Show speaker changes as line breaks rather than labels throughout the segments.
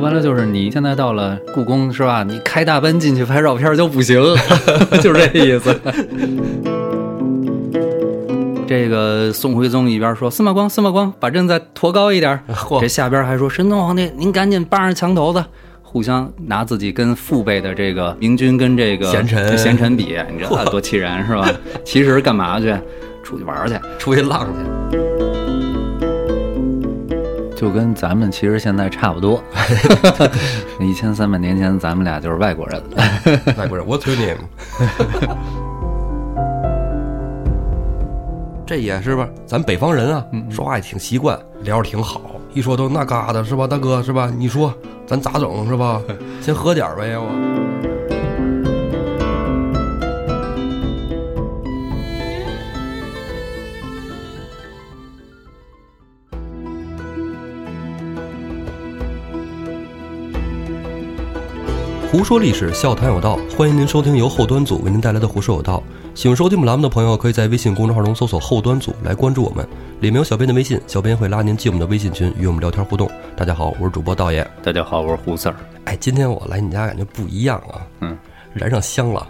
完了就是你现在到了故宫是吧？你开大奔进去拍照片就不 行，就是这意思。 这个宋徽宗一边说司马光，司马光把朕再驮高一点儿，
嚯
这下边还说神宗皇帝您赶紧扒上墙头子。互相拿自己跟父辈的这个明君跟这个
贤臣
贤臣比，你知道多气人是吧？其实干嘛去？出去玩儿去。
出去浪去，
就跟咱们其实现在差不多， 一千三百年前咱们俩就是外国人了。
外国人，What's your name？这也是吧，咱北方人啊，说话也挺习惯，聊着挺好，一说都那嘎达是吧，大哥是吧？你说咱咋整是 吧？先喝点儿呗，要不？胡说历史，笑谈有道，欢迎您收听由后端组为您带来的《胡说有道》。喜欢收听我们栏目的朋友，可以在微信公众号中搜索“后端组”来关注我们，里面有小编的微信，小编会拉您进我们的微信群，与我们聊天互动。大家好，我是主播道爷。
大家好，我是胡四儿。
哎，今天我来你家感觉不一样啊，
嗯，
燃上香了，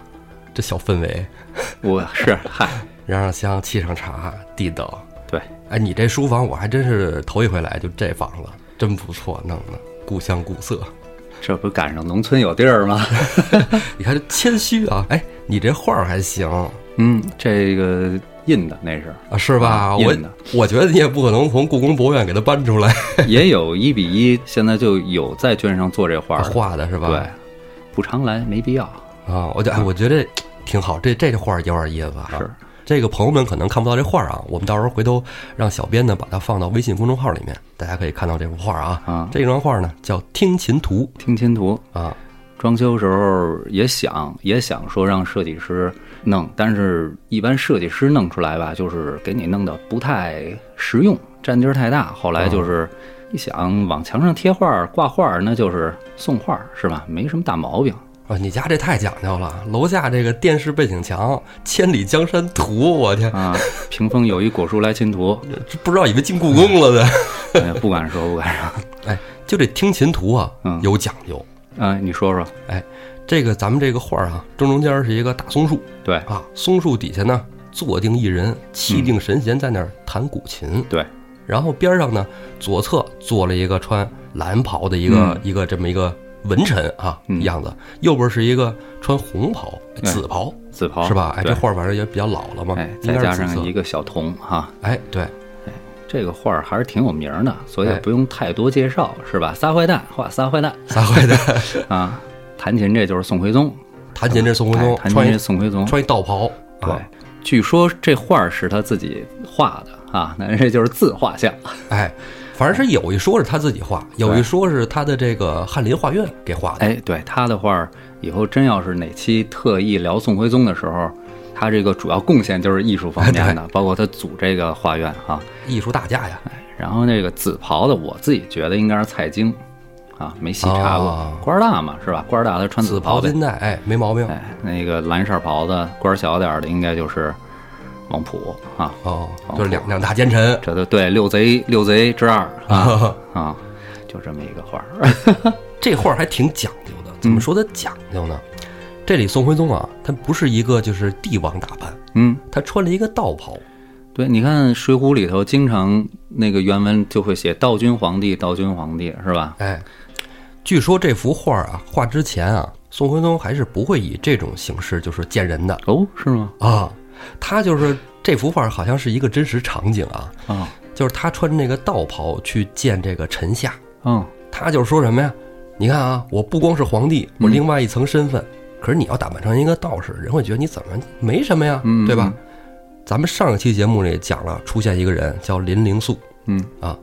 这小氛围，
我是嗨，
燃上香，沏上茶，地道。
对，
哎，你这书房我还真是头一回来，就这房子真不错，弄的故乡故色。
这不赶上农村有地儿吗？
你看这谦虚啊，哎，你这画儿还行
嗯，这个印的那是
啊，是吧？
嗯印
我
的
我觉得你也不可能从故宫博物院给它搬出来
也有一比一，现在就有在卷上做这画儿的。
画的是吧？
对，不常来没必要。
啊，我觉得哎我觉得挺好，这这画儿有点意思啊。
嗯是
这个朋友们可能看不到这画儿啊，我们到时候回头让小编呢把它放到微信公众号里面，大家可以看到这幅画儿啊。
啊
这张画儿呢叫《听琴图
听琴图，》
啊，
装修时候也想也想说让设计师弄，但是一般设计师弄出来吧，就是给你弄得不太实用，占地儿太大。后来就是一想往墙上贴画儿、挂画儿，那就是送画儿是吧？没什么大毛病。
啊，你家这太讲究了，楼下这个电视背景墙《千里江山图》，我天，
啊，屏风有一果树来亲 图，
这不知道以为进故宫了呢。
哎，不敢说，不敢说。
哎，就这听琴图啊
嗯，
有讲究。
啊，你说说，
哎，这个咱们这个画儿啊，正中间是一个大松树
对
啊，松树底下呢坐定一人，气定神闲在那儿弹古琴。
对，
然后边上呢，左侧坐了一个穿蓝袍的一个、
嗯
一个这么一个文臣啊、
嗯
样子，右边是一个穿红袍、
哎
紫袍、
紫袍
是吧？哎，这
对，
画儿反正也比较老了嘛，
哎，
应
再
该
加
是紫
上
色
一。个小童哈、
哎，对，
这个画儿还是挺有名儿的，所以也
哎
不用太多介绍，是吧？仨坏蛋，画仨坏蛋
撒回的
啊！弹琴这就是宋徽宗，
弹琴这宋徽
哎
宗
弹
穿
琴
一
这宋徽宗，
穿一道袍，
对
啊，。
据说这画儿是他自己画的啊，那这就是自画像。
哎，反正是有一说是他自己画，有一
对
说是他的这个翰林画院给画的。
哎，对他的画儿，以后真要是哪期特意聊宋徽宗的时候，他这个主要贡献就是艺术方面 的，包括他组这个画院啊。
艺术大家呀，
然后那个紫袍的，我自己觉得应该是蔡京，啊，没细查过，
哦
官儿大嘛，是吧？官儿大他穿
紫
袍
袍
呗。
金带，哎，没毛病。
嗯哎，那个蓝色袍的官儿小点儿的，应该就是王普啊。
哦，就是两两大奸臣。
这都对六贼六贼之二 啊啊，就这么一个画儿。
这画儿还挺讲究的，怎么说它讲究呢？这里宋徽宗啊，他不是一个就是帝王打扮，
嗯，
他穿了一个道袍。
对，你看《水浒》里头经常那个原文就会写“道君皇帝，道君皇帝”是吧？
哎，据说这幅画儿啊，画之前啊，宋徽宗还是不会以这种形式就是见人的
哦，是吗？
啊，他就是这幅画儿好像是一个真实场景啊，
啊、
就是他穿那个道袍去见这个臣下，
哦，
他就是说什么呀？你看啊，我不光是皇帝，我
嗯
另外一层身份。可是你要打扮成一个道士，人会觉得你怎么没什么呀，
嗯
对吧？咱们上一期节目里讲了，出现一个人叫林灵素
嗯
啊，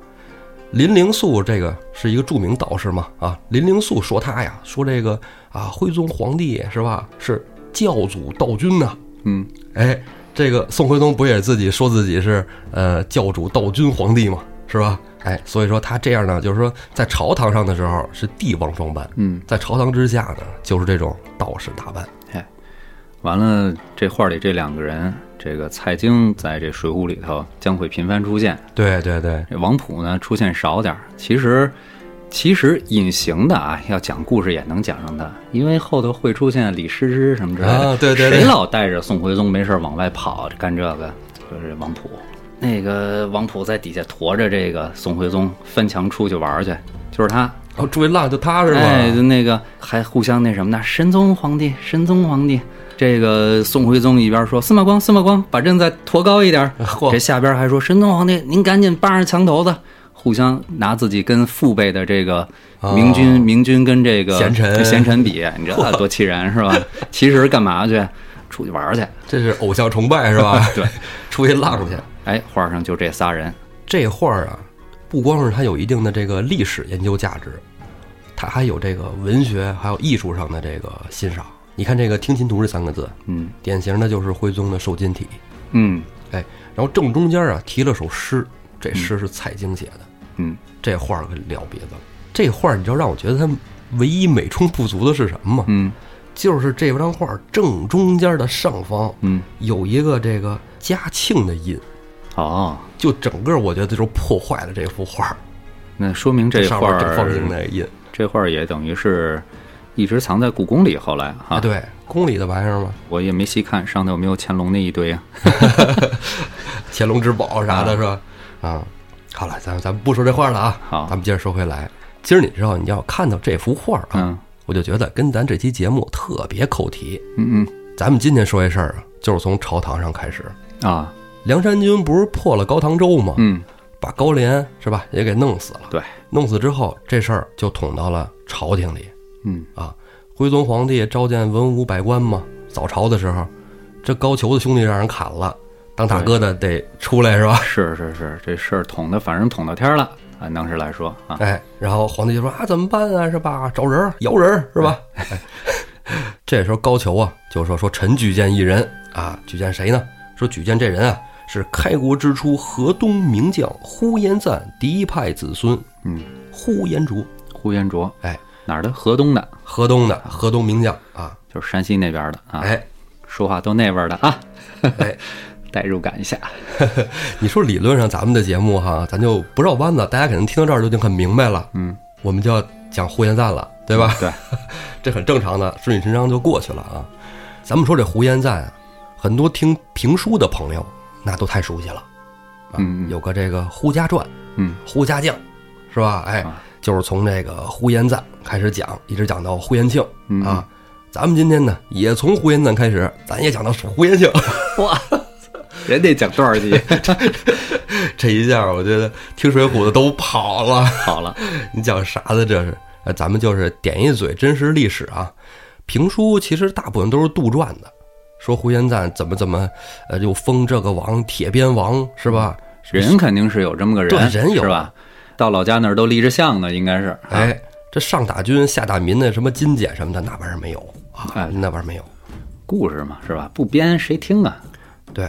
林灵素这个是一个著名道士嘛啊，林灵素说他呀，说这个啊，徽宗皇帝是吧，是教主道君呐、
嗯，
哎，这个宋徽宗不也是自己说自己是呃教主道君皇帝嘛，是吧？哎，所以说他这样呢，就是说在朝堂上的时候是帝王装扮，
嗯，
在朝堂之下呢，就是这种道士打扮。
哎，完了，这画里这两个人，这个蔡京在这《水浒》里头将会频繁出现，
对对对，
这王普呢出现少点儿。其实其实隐形的啊，要讲故事也能讲上它，因为后头会出现李师师什么之类的。
啊对对对
谁老带着宋徽宗没事儿往外跑干这个？就是王普，那个王普在底下驮着这个宋徽宗翻墙出去玩儿去，就是他。
哦，注意落就踏实了。
哎，就那个还互相那什么呢？神宗皇帝，神宗皇帝。这个宋徽宗一边说司马光，司马光，把阵再驮高一点儿。
嚯
这下边还说神宗皇帝，您赶紧扒上墙头子。互相拿自己跟父辈的这个明君、明君跟这个
哦贤臣
贤臣比，你知道多气人是吧？其实干嘛去？出去玩儿去。
这是偶像崇拜是吧？
对，
出去落出去。
哎，画上就这仨人，
这画儿啊，不光是它有一定的这个历史研究价值，它还有这个文学还有艺术上的这个欣赏。你看这个“听琴图”这三个字，
嗯
典型的就是徽宗的瘦金体。
嗯
哎，然后正中间啊提了首诗，这诗是蔡京写的。
嗯，
这画儿可了别的了。这画儿你知道让我觉得它唯一美中不足的是什么吗？
嗯，
就是这张画儿正中间的上方，
嗯，
有一个这个嘉庆的印，
哦，
就整个我觉得就破坏了这幅画儿。
那说明这
上
画
面
儿
正方形的印
这画儿也等于是一直藏在故宫里，后来哈、
啊，对，宫里的玩意儿嘛，
我也没细看上头有没有乾隆那一堆啊。
乾隆之宝啥的是吧？啊，好了，咱咱不说这画了啊，
好
咱们接着说回来。今儿你知道你要看到这幅画啊，
嗯
我就觉得跟咱这期节目特别扣题。
嗯嗯
咱们今天说一事儿啊，就是从朝堂上开始。
啊
梁山军不是破了高唐州吗？
嗯，
把高廉是吧也给弄死了。
对，
弄死之后，这事儿就捅到了朝廷里
嗯
啊。徽宗皇帝召见文武百官嘛，早朝的时候，这高俅的兄弟让人砍了，当大哥的得出来是吧？
是是是，这事儿捅的反正捅到天儿了，按当时来说啊，
哎，然后皇帝就说啊，怎么办啊？是吧？找人儿，摇人儿是吧？ 哎、这时候高俅啊就说说臣举荐一人啊，举荐谁呢？说举荐这人啊是开国之初河东名将呼延赞第一派子孙
嗯，
呼延灼，
呼延灼
哎，
哪儿的？河东的，
河东的河东名将啊，
就是山西那边的啊，
哎
说话都那味儿的啊，
哎，
代入感一下。
你说理论上咱们的节目哈，咱就不绕弯子，大家可能听到这儿就已经很明白了，
嗯，
我们就要讲呼延赞了，对吧？啊
对，
这很正常的，顺理成章就过去了啊。咱们说这胡延赞啊，很多听评书的朋友那都太熟悉了，啊，
嗯嗯
有个这个《呼家传》
嗯
《呼家将》，是吧？哎，
啊
就是从这个呼延赞开始讲，一直讲到呼延庆
嗯
啊。咱们今天呢，也从呼延赞开始，咱也讲到呼延庆。
哇，人家讲多少集？
这一下，我觉得听水浒的都跑了。
好了，
你讲啥的这是？呃，咱们就是点一嘴真实历史啊。评书其实大部分都是杜撰的，说呼延赞怎么怎么，呃，又封这个王铁鞭王 是吧？
人肯定是有这么个人，
对人有啊
是吧？到老家那儿都立着像呢，应该是。啊
哎，这上打军下打民的什么金简什么的，那玩意儿没有啊
哎，
那玩意儿没有。
故事嘛，是吧？不编谁听啊？
对，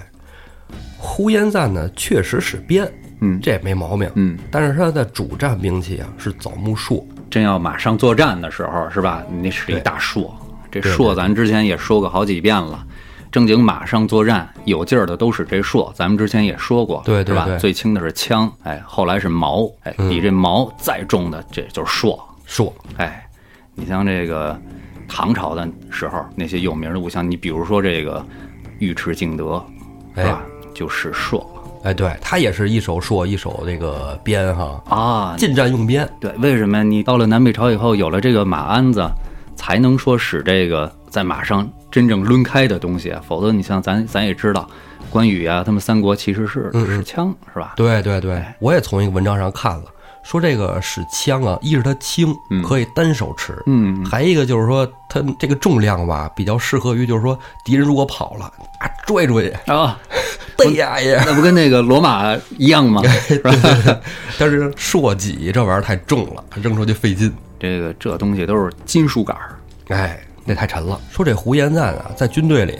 呼延赞呢确实是鞭，
嗯
这也没毛病，
嗯，
但是他的主战兵器啊是枣木槊，
真要马上作战的时候，是吧？你是一大硕，这
对
硕咱之前也说过好几遍了。正经马上作战有劲儿的都是这硕，咱们之前也说过，
对对
是
对嗯
吧？最轻的是枪，哎，后来是矛，哎，比这矛再重的这就是硕，
槊
哎，你像这个唐朝的时候那些有名的武将，你比如说这个尉迟敬德，是吧？就是硕
哎，对他也是一手槊一手这个鞭哈，
啊，
近战用鞭，
对，为什么你到了南北朝以后，有了这个马鞍子，才能说使这个在马上真正抡开的东西啊？否则你像咱咱也知道，关羽啊，他们三国其实是是枪，是吧？
对对对，
哎
我也从一个文章上看了，说这个使枪啊，一是它轻，可以单手持，
嗯，
还一个就是说它这个重量吧，比较适合于就是说敌人如果跑了啊，拽出去，
啊，
对呀 也，
那不跟那个罗马一样吗？是吧？
但是硕戟这玩意儿太重了，扔出去费劲，
这个这东西都是金属杆儿，
哎，那太沉了。说这胡延赞啊，在军队里，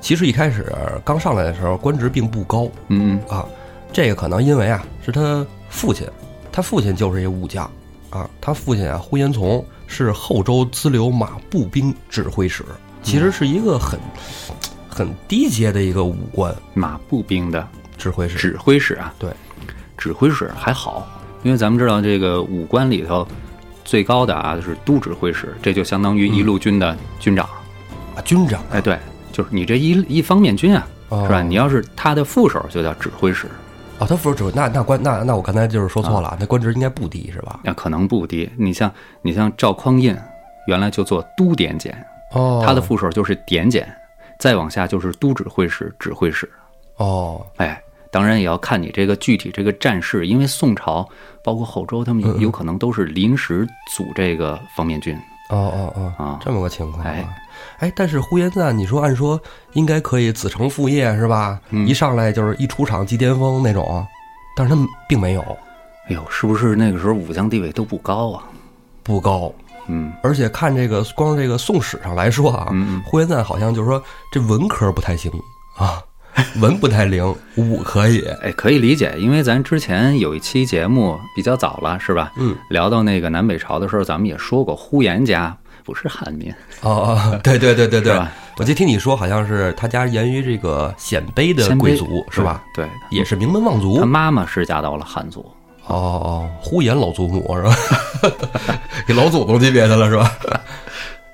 其实一开始刚上来的时候官职并不高
嗯
啊，这个可能因为啊是他父亲，他父亲就是一武将啊，他父亲啊呼延从是后周资留马步兵指挥使，其实是一个很很低阶的一个武官
马步兵的
指挥使。
指挥使啊，
对，
指挥使还好，因为咱们知道这个武官里头最高的啊就是都指挥使，这就相当于一路军的军长。
啊，军长
哎，对，就是你这一一方面军啊，
哦
是吧？你要是他的副手就叫指挥使，
啊，他副手指挥，那那官那那我刚才就是说错了，啊那官职应该不低是吧？
那可能不低。你像你像赵匡胤，原来就做都点检，
哦，
他的副手就是点检，再往下就是都指挥使、指挥使。
哦，
哎，当然也要看你这个具体这个战事，因为宋朝包括后周，他
嗯
们有可能都是临时组这个方面军
哦哦哦，
啊。
这么个情况、啊。
哎
哎，但是呼延赞，你说按说应该可以子承父业是吧？
嗯
一上来就是一出场即巅峰那种，但是他们并没有
哎呦，是不是那个时候武将地位都不高啊？
不高。
嗯，
而且看这个光这个宋史上来说啊，呼延赞好像就是说这文科不太行 啊，文不太灵，武可以。
哎，可以理解，因为咱之前有一期节目比较早了，是吧？
嗯，
聊到那个南北朝的时候，咱们也说过，呼延家不是汉民，
哦哦，对对对对对
是吧，
我记得听你说好像是他家源于这个鲜卑的
鲜卑
贵族是吧？？嗯
对，
也是名门望族
他妈妈是嫁到了汉族。
哦哦，呼延老祖母是吧？给老祖宗级别的了是吧？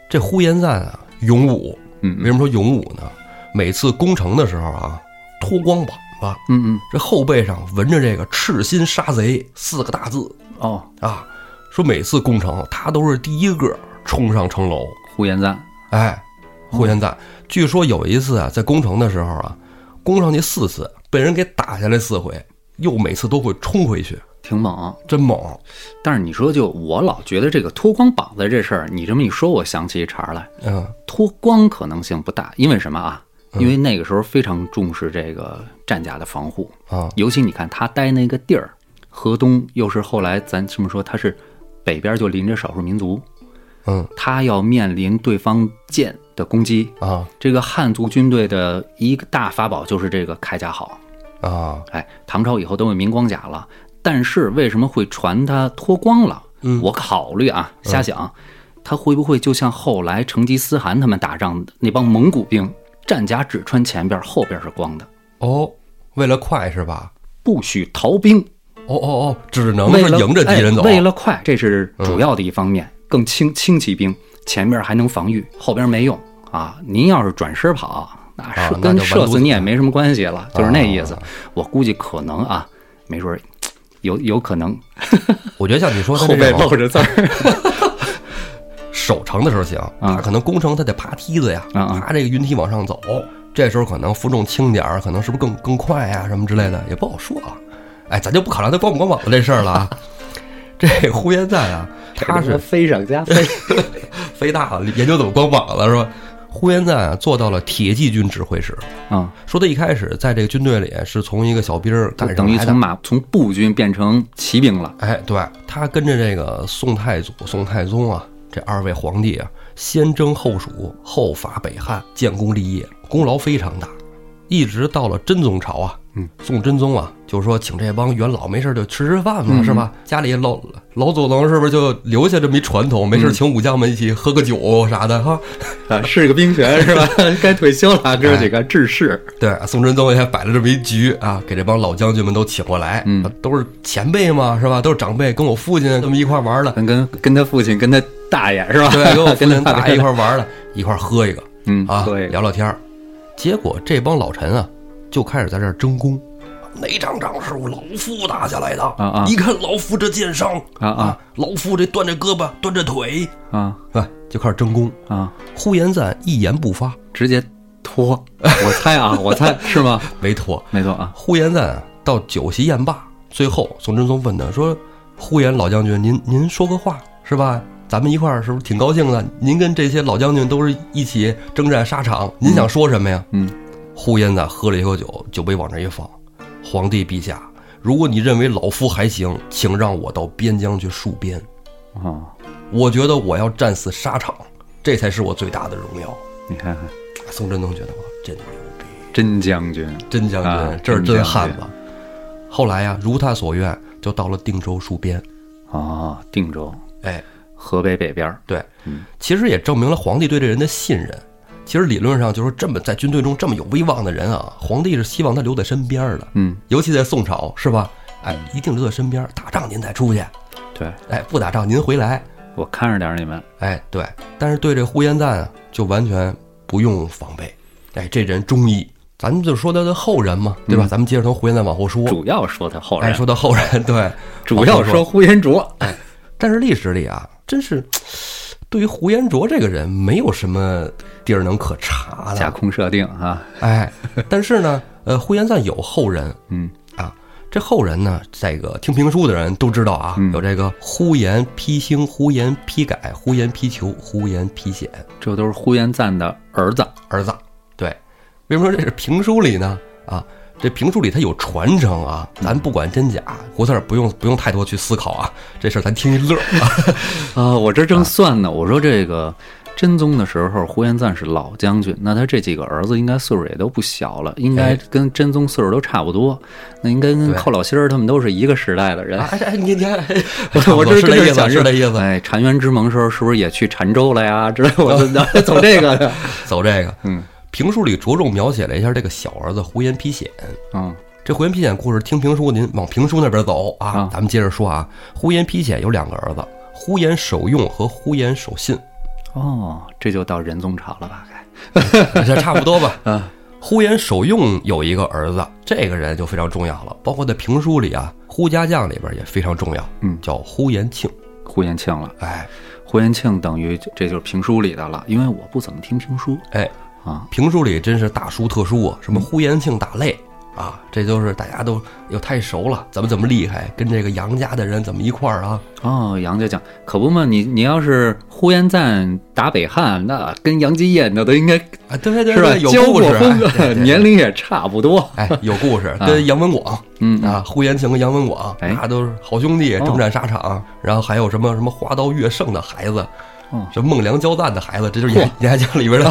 这呼延赞啊，勇武，
嗯
为什么说勇武呢？每次攻城的时候啊，脱光膀子，
嗯嗯，
这后背上纹着这个“赤心杀贼”四个大字
哦，
啊。说每次攻城，他都是第一个冲上城楼。
呼延赞，
哎，呼延赞，据说有一次啊，在攻城的时候啊，攻上去四次，被人给打下来四回，又每次都会冲回去，
挺猛。
真猛。
但是你说，就我老觉得这个脱光膀子这事儿，你这么一说，我想起一茬儿来。
嗯，
脱光可能性不大，因为什么啊？因为那个时候非常重视这个战甲的防护，
啊，
尤其你看他待那个地儿，河东又是后来咱这么说，他是北边就临着少数民族，
嗯
他要面临对方舰的攻击。
啊
这个汉族军队的一个大法宝就是这个铠甲好，
啊，
哎，唐朝以后都有明光甲了，但是为什么会传他脱光了？
嗯
我考虑啊，瞎想，他会不会就像后来成吉思汗他们打仗的那帮蒙古兵，战甲只穿前边，后边是光的，
哦，为了快是吧？
不许逃兵，
哦哦哦，只能
为
是
了
迎着敌人走。嗯
哎为了快，这是主要的一方面，更轻轻骑兵，前面还能防御，后边没用啊。您要是转身跑，那
啊
射
那就
跟
完
射
犊子
死你也没什么关系了，就是那意思。
啊
我估计可能啊，没准儿有有可能
我觉得像你说他
后
这
背
种
露着字儿。
守城的时候行，
啊
他可能攻城他得爬梯子呀，
啊啊
爬这个云梯往上走。这时候可能负重轻点儿，可能是不是更更快呀、什么之类的，也不好说啊。哎，咱就不考量他光不光膀子这事儿了 啊。这呼延赞啊， 他是
飞上加 飞，
飞大了，研究怎么光膀子是吧？呼延赞啊，做到了铁骑军指挥使。
啊，
说他一开始在这个军队里是从一个小兵儿
就
干上
等于
来的
从马从步军变成骑兵了。
哎，对他跟着这个宋太祖、宋太宗啊，这二位皇帝啊，先征后蜀，后伐北汉，建功立业，功劳非常大。一直到了真宗朝啊，
嗯，
宋真宗啊，就说请这帮元老没事就吃吃饭嘛，是吧？家里老老祖宗是不是就留下这么一传统，没事请武将们一起喝个酒啥的哈？
啊，是个兵权 是吧？该退休了，哥几个志士。
对，宋真宗也摆了这么一局啊，给这帮老将军们都请过来，
嗯
都是前辈嘛，是吧？都是长辈，跟我父亲这么一块玩的，
跟跟跟他父亲跟他大爷是吧？
对， 跟我父
跟他
亲大
爷
爷一块玩的，一块喝一个
嗯
啊，
对，
聊聊天儿。结果这帮老臣啊，就开始在这儿争功，哪场仗是我老夫打下来的？
啊啊
一看老夫这箭伤
啊啊，
老夫这断着胳膊断着腿，
啊
啊，就开始争功。
啊，
呼延赞一言不发，
直接脱， 我猜啊，我猜是吗？
没拖。
没错啊，
呼延赞啊到酒席宴罢，最后宋真宗问他说：“呼延老将军，您您说个话是吧？咱们一块儿是不是挺高兴的？您跟这些老将军都是一起征战沙场，您想说什么呀？”
嗯，
呼延赞喝了一口酒，酒杯往这一放：“皇帝陛下，如果你认为老夫还行，请让我到边疆去戍边。
哦，
我觉得我要战死沙场，这才是我最大的荣耀。”
你看看，
宋真宗觉得哇，真牛逼！
真将军，
真将军，
啊
这是
真
真
将
汉
军
子。后来呀、如他所愿，就到了定州戍边。
哦，定州，
哎，
河北北边儿，
对，嗯其实也证明了皇帝对这人的信任。其实理论上就是这么在军队中这么有威望的人啊，皇帝是希望他留在身边儿的，
嗯，
尤其在宋朝，是吧？哎，一定留在身边儿，打仗您再出去，
对，
哎，不打仗您回来，
我看着点儿你们。
哎，对，但是对这呼延赞啊，就完全不用防备。哎，这人忠义，咱们就说他的后人嘛，对吧？咱们接着从呼延赞往后说。
嗯主要说他后
哎，
人，
说到后人，对，
主要说呼延灼，
但是历史里啊，真是对于胡延灼这个人没有什么地儿能可查
架
的。
空设定啊，
哎，但是呢，呃，呼延赞有后人
嗯
啊，这后人呢，这个听评书的人都知道啊，
嗯
有这个呼延丕兴、呼延丕改、呼延丕求、呼延丕显
这都是呼延赞的儿子。
儿子。对，为什么说这是评书里呢？啊，这评书里它有传承啊，咱不管真假，胡四儿不用不用太多去思考啊，这事儿咱听一乐儿啊。
啊，我这正算呢，我说这个真宗的时候，呼延赞是老将军，那他这几个儿子应该岁数也都不小了，应该
哎
跟真宗岁数都差不多，那应该跟
对
寇老心儿他们都是一个时代的人。
哎哎，你你看，
我 我这
是这
真是
意思，
想
是这意思，
哎，澶渊之盟时候是不是也去澶州了呀？之类， 我就走这个的。
走这个。
嗯
评书里着重描写了一下这个小儿子胡延丕显。
嗯
这胡延丕显故事，听评书您往评书那边走啊
啊。
咱们接着说啊，胡延丕显有两个儿子，呼延守用和呼延守信，
哦，这就到仁宗朝了吧？该
这差不多吧。
嗯
呼延守用有一个儿子，这个人就非常重要了，包括在评书里啊，《呼家将》里边也非常重要，
嗯
叫呼延庆。
呼延庆了，
哎
呼延庆等于这就是评书里的了，因为我不怎么听评书
哎，
啊。
评书里真是大书特书啊，
嗯
什么呼延庆打擂啊，这就是大家都又太熟了，怎么怎么厉害，跟这个杨家的人怎么一块儿啊？
哦，杨家将可不嘛，你你要是呼延赞打北汉，那跟杨继业那都应该
啊，对对对，
是吧？
有
交
故
过
事，
婚的，
哎对对对
年龄也差不多。
哎，有故事，跟杨文广
嗯
啊，呼延庆跟杨文广，
哎哦
那都是好兄弟，征战沙场，然后还有什么什么花刀月胜的孩子
哦。
什么孟良交战的孩子，这就是《 演演家家》里边的，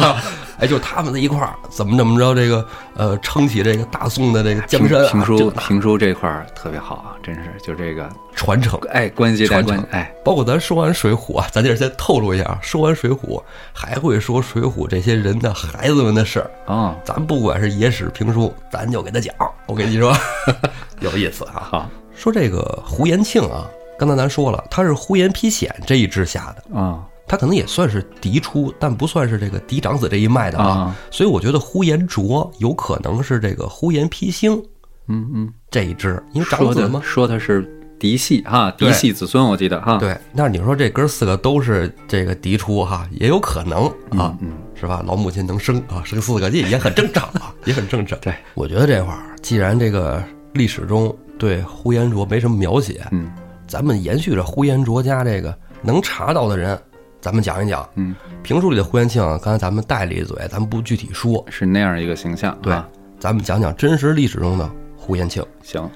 哎，就是他们在一块儿怎么怎么着，这个呃，撑起这个大宋的这个江山啊，
评评
这
书
个
评书这块儿特别好啊，真是就这个
传承。
哎关系带
传承
关系哎
包括咱说完《水浒》啊，咱这先透露一下啊，说完《水浒》还会说《水浒》这些人的孩子们的事儿。
哦
咱不管是野史评书，咱就给他讲。我跟你说， 有意思啊。
好
说这个胡延庆啊，刚才咱说了，他是呼延丕显这一支下的，
啊
他可能也算是嫡出，但不算是这个嫡长子这一脉的啊。
啊
所以我觉得呼延灼有可能是这个呼延丕兴
嗯嗯，
这一支，因为长
说
子
的
嘛。
说他是嫡系哈，
对
嫡系子孙我记得哈，
对，那你说这哥四个都是这个嫡出哈，也有可能啊，
嗯
是吧？老母亲能生啊，生四个，这也很正常啊，也很正常。
对，
我觉得这块儿，既然这个历史中对呼延灼没什么描写，
嗯
咱们延续着呼延灼家这个能查到的人，咱们讲一讲。
嗯，
评书里的呼延庆，刚才咱们带了一嘴，咱们不具体说，
是那样一个形象
对
啊，
咱们讲讲真实历史中的呼延庆。
行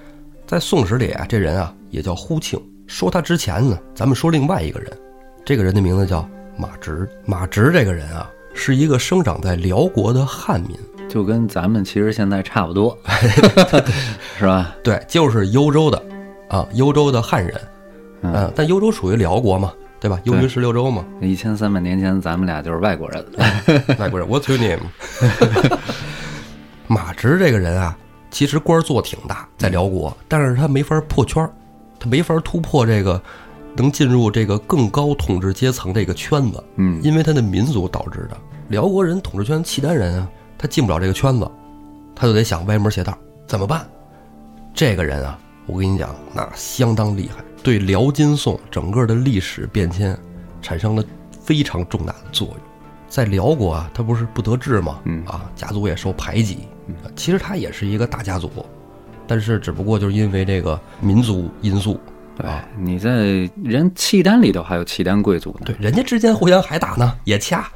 在《宋史》里啊，这人啊也叫呼庆。说他之前呢，咱们说另外一个人，这个人的名字叫马直。马直这个人啊，是一个生长在辽国的汉民，
就跟咱们其实现在差不 多， 是吧？
对，就是幽州的，啊，幽州的汉人。嗯、但幽州属于辽国嘛，对吧？幽云十六州嘛，
一千三百年前咱们俩就是外国人，
外国人，What's your name？马直这个人啊，其实官儿做挺大，在辽国，但是他没法破圈儿，他没法突破这个能进入这个更高统治阶层这个圈子，
嗯
因为他的民族导致的。辽国人统治圈契丹人啊，他进不了这个圈子，他就得想歪门邪道，怎么办？这个人啊，我跟你讲，那相当厉害，对辽金宋整个的历史变迁产生了非常重大的作用。在辽国啊，他不是不得志吗？
嗯
啊，家族也受排挤。其实他也是一个大家族，但是只不过就是因为这个民族因素
对
啊，，
你在人契丹里头还有契丹贵族呢，
对，人家之间互相还打呢，也掐。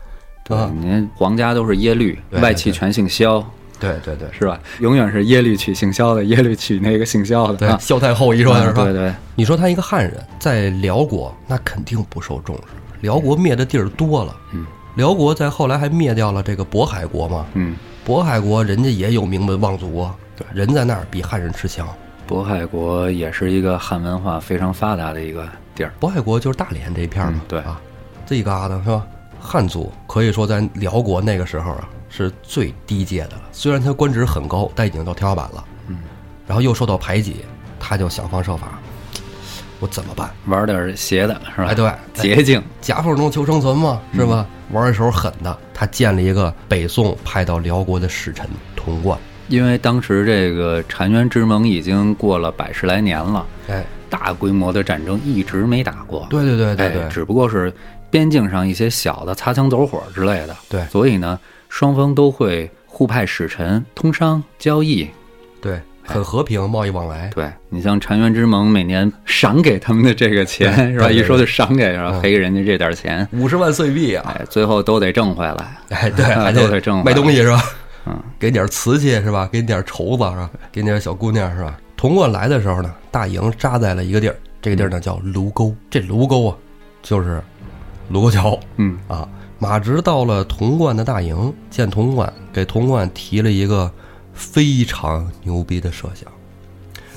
啊，
你看皇家都是耶律，
对
外戚全姓萧，
对对对
是吧？永远是耶律娶姓萧的，耶律娶那个姓萧的，
对，
啊
萧太后一说是
嗯
吧？
对对，
你说他一个汉人在辽国，那肯定不受重视。辽国灭的地儿多了，嗯，辽国在后来还灭掉了这个渤海国嘛，
嗯，
渤海国人家也有名门望族啊，对，人在那儿比汉人吃香。
渤海国也是一个汉文化非常发达的一个地儿，
渤海国就是大连这一片儿嘛
嗯，对
啊，这一旮瘩是吧？汉族可以说在辽国那个时候啊是最低阶的了，虽然他官职很高，但已经到天花板了。嗯，然后又受到排挤，他就想方设法，我怎么办？
玩点邪的是吧？
哎，对，
捷径，
夹缝中求生存嘛，
嗯
是吧？玩一手狠的，他建了一个北宋派到辽国的使臣童贯，
因为当时这个澶渊之盟已经过了百十来年了，
哎，
大规模的战争一直没打过。
对对对对
哎，
对，
只不过是边境上一些小的擦枪走火之类的。
对
所以呢，双方都会互派使臣通商交易。
对，很和平，贸易往来，
对你像澶渊之盟每年赏给他们的这个钱是吧？
对对
一说就赏给，然后
嗯
赔给人家这点钱，
五十万岁币啊！
哎，最后都得挣回来。
哎， 对，还
都得挣回来
卖东西是吧？
嗯，
给点瓷器是吧？给你点绸子是吧？给你点小姑娘是吧？童贯来的时候呢，大营扎在了一个地儿，这个地儿
嗯
呢叫卢沟。这卢沟啊，就是卢沟桥
嗯，
啊。马直到了童贯的大营，见童贯，给童贯提了一个非常牛逼的设想。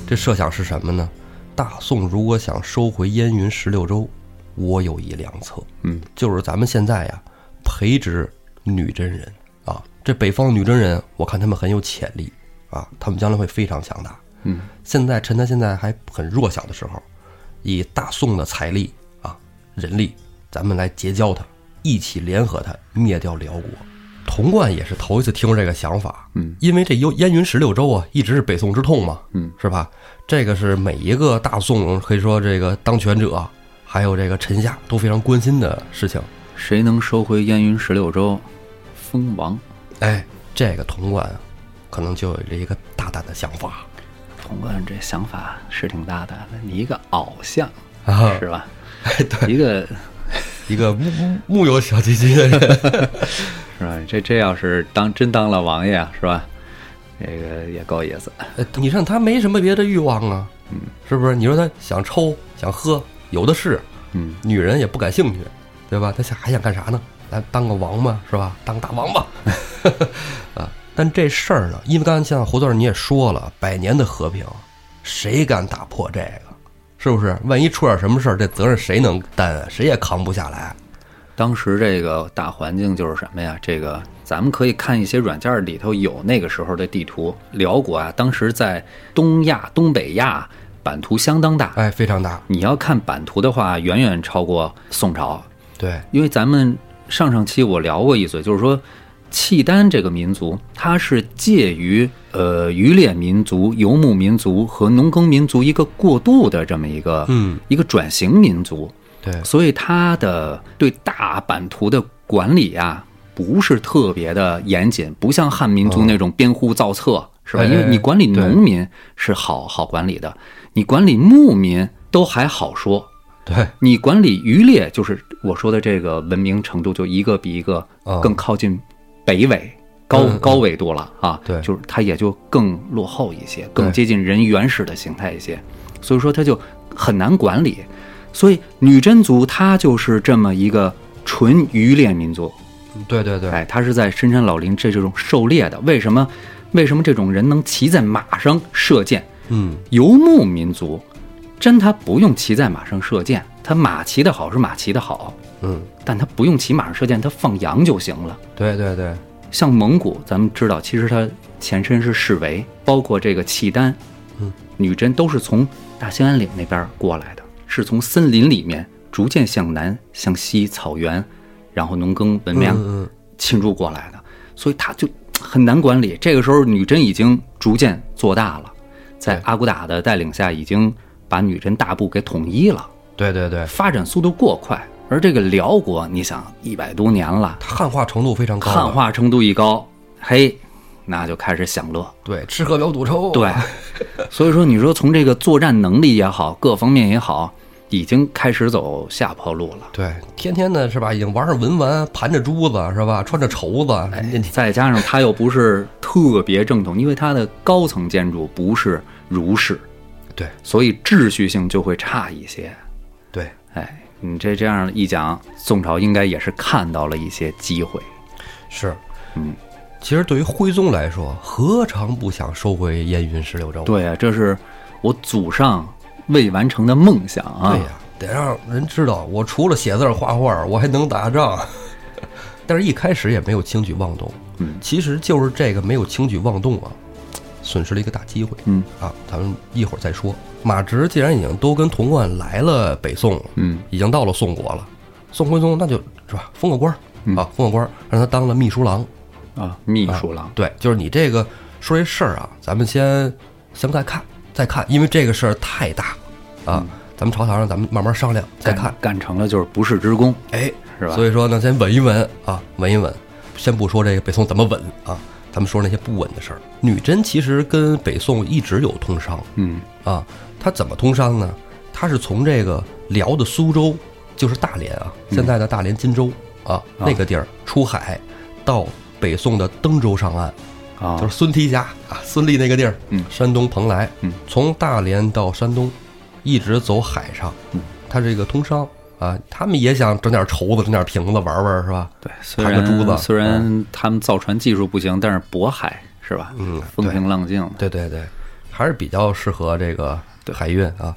这设想是什么呢？大宋如果想收回燕云十六州，我有一良策。
嗯，
就是咱们现在呀，培植女真人啊，这北方女真人，我看他们很有潜力啊，他们将来会非常强大。
嗯，
现在趁他现在还很弱小的时候，以大宋的财力啊、人力，咱们来结交他，一起联合他灭掉辽国。童贯也是头一次听说这个想法，
嗯，
因为这幽燕云十六州啊，一直是北宋之痛嘛，
嗯，
是吧？这个是每一个大宋可以说这个当权者，还有这个臣下都非常关心的事情。
谁能收回燕云十六州，封王？
哎，这个童贯啊，可能就有了一个大胆的想法
童贯这想法是挺大胆的，你一个偶像
啊，
是吧？
哎， 对，
一个
一个木木有小鸡鸡的人，
是吧？这这要是当真当了王爷是吧？这个也够意思。
哎你让他没什么别的欲望啊，是不是？你说他想抽想喝有的是，
嗯，
女人也不感兴趣，对吧？他想还想干啥呢？来当个王嘛，是吧？当个大王吧， 啊！但这事儿呢，因为刚才像胡豆你也说了，百年的和平，谁敢打破这个？是不是？万一出点什么事儿，这责任谁能担啊？谁也扛不下来。
当时这个大环境就是什么呀？这个咱们可以看一些软件里头有那个时候的地图。辽国啊，当时在东亚、东北亚版图相当大。
哎，非常大。
你要看版图的话，远远超过宋朝，
对，
因为咱们上上期我聊过一嘴，就是说契丹这个民族，它是介于呃渔猎民族、游牧民族和农耕民族一个过渡的这么一个
嗯，
一个转型民族，
对，
所以它的对大版图的管理啊，不是特别的严谨，不像汉民族那种编户造册，是吧？
哎
因为你管理
对
农民是好好管理的，你管理牧民都还好说，
对，
你管理渔猎，就是我说的这个文明程度，就一个比一个
啊
更靠近北纬、高
嗯嗯
高纬度了啊。
对
就是它也就更落后一些，更
对
接近人原始的形态一些，所以说它就很难管理。所以女真族它就是这么一个纯渔猎民族，
对对对，
哎，它是在深山老林这这种狩猎的。为什么？为什么这种人能骑在马上射箭？
嗯，
游牧民族，真他不用骑在马上射箭，他马骑得好是马骑得好，
嗯，
但他不用骑马上射箭，他放羊就行了。
对对对，
像蒙古，咱们知道，其实它前身是氏维，包括这个契丹，
嗯，
女真都是从大兴安岭那边过来的，是从森林里面逐渐向南、向西草原，然后农耕文明
嗯嗯
侵入过来的，所以它就很难管理。这个时候，女真已经逐渐做大了，在
对
阿骨打的带领下，已经把女真大部给统一了，
对对对，
发展速度过快。而这个辽国，你想一百多年了，
它汉化程度非常高啊，
汉化程度一高，嘿，那就开始享乐。
对，吃喝嫖赌抽，啊
对，所以说你说从这个作战能力也好，各方面也好，已经开始走下坡路了。
对，天天呢是吧，已经玩上文玩，盘着珠子是吧，穿着绸子，你你
再加上它又不是特别正统，因为它的高层建筑不是儒式，
对
所以秩序性就会差一些。
对，
哎，你这这样一讲，宋朝应该也是看到了一些机会。
是，
嗯，
其实对于徽宗来说，何尝不想收回燕云十六州？啊
对呀、这是我祖上未完成的梦想啊！
对呀、得让人知道，我除了写字儿画画儿，我还能打仗。 但是，一开始也没有轻举妄动。
嗯
其实就是这个没有轻举妄动啊，损失了一个大机会
嗯
啊。咱们一会儿再说。马直既然已经都跟童贯来了北宋了，
嗯
已经到了宋国了，宋徽宗那就是吧，封个官儿
嗯
啊，封个官儿，让他当了秘书郎。
啊，秘书郎，
嗯对，就是你这个说这事儿啊，咱们先先再看，再看，因为这个事儿太大了啊，咱们朝堂上咱们慢慢商量，再看。
干成了就是不世之功，
哎，
是吧
所以说呢，先稳一稳啊，稳一稳。先不说这个北宋怎么稳啊，咱们说那些不稳的事儿。女真其实跟北宋一直有通商
嗯
啊，它怎么通商呢？它是从这个辽的苏州，就是大连啊，现在的大连金州啊那个地儿出海，到北宋的登州上岸，
啊，
就是孙提辖啊，孙立那个地儿，
嗯
山东蓬莱，
嗯，
从大连到山东，一直走海上，
嗯，
他这个通商啊，他们也想整点绸子，整点瓶子玩玩，是吧？
对，虽
弹个珠子啊
然虽然他们造船技术不行，但是渤海是吧？
嗯
风平浪静的，
对对对，还是比较适合这个海运啊。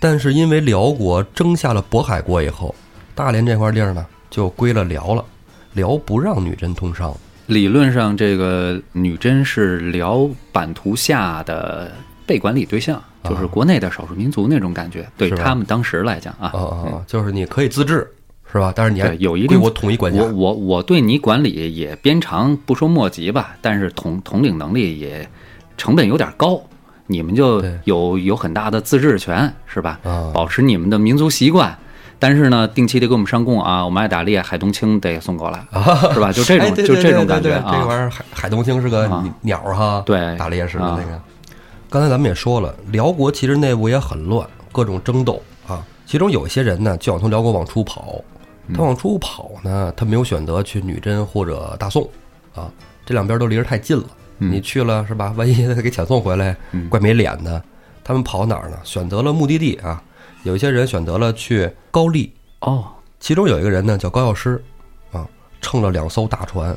但是因为辽国征下了渤海国以后，大连这块地儿呢就归了辽了，辽不让女真通商，
理论上这个女真是辽版图下的被管理对象，就是国内的少数民族那种感觉，对
啊是吧
他们当时来讲啊
啊，啊啊，就是你可以自治，是吧？但是你还
对，有一
归
定
我统一管辖
我，我我对你管理也鞭长不说莫及吧，但是统统领能力也成本有点高，你们就
对
有有很大的自治权是吧？
啊
保持你们的民族习惯。但是呢，定期得给我们上供啊！我们爱打猎，海东青得送过来，是吧？就这种，
哎对
就
对
这种
对
感
对
觉
对这个
啊！
玩意儿，海海东青是个
啊
鸟鸟儿哈，
对
打猎似的
啊
那个。刚才咱们也说了，辽国其实内部也很乱，各种争斗啊。其中有一些人呢，就想从辽国往出跑，
嗯
他往出跑呢，他没有选择去女真或者大宋啊，这两边都离着太近了。
嗯
你去了是吧？ 万一他给遣送回来，怪没脸的。他们跑哪儿呢？选择了目的地啊，有一些人选择了去高丽，
哦，
其中有一个人呢叫高药师，啊，乘了两艘大船，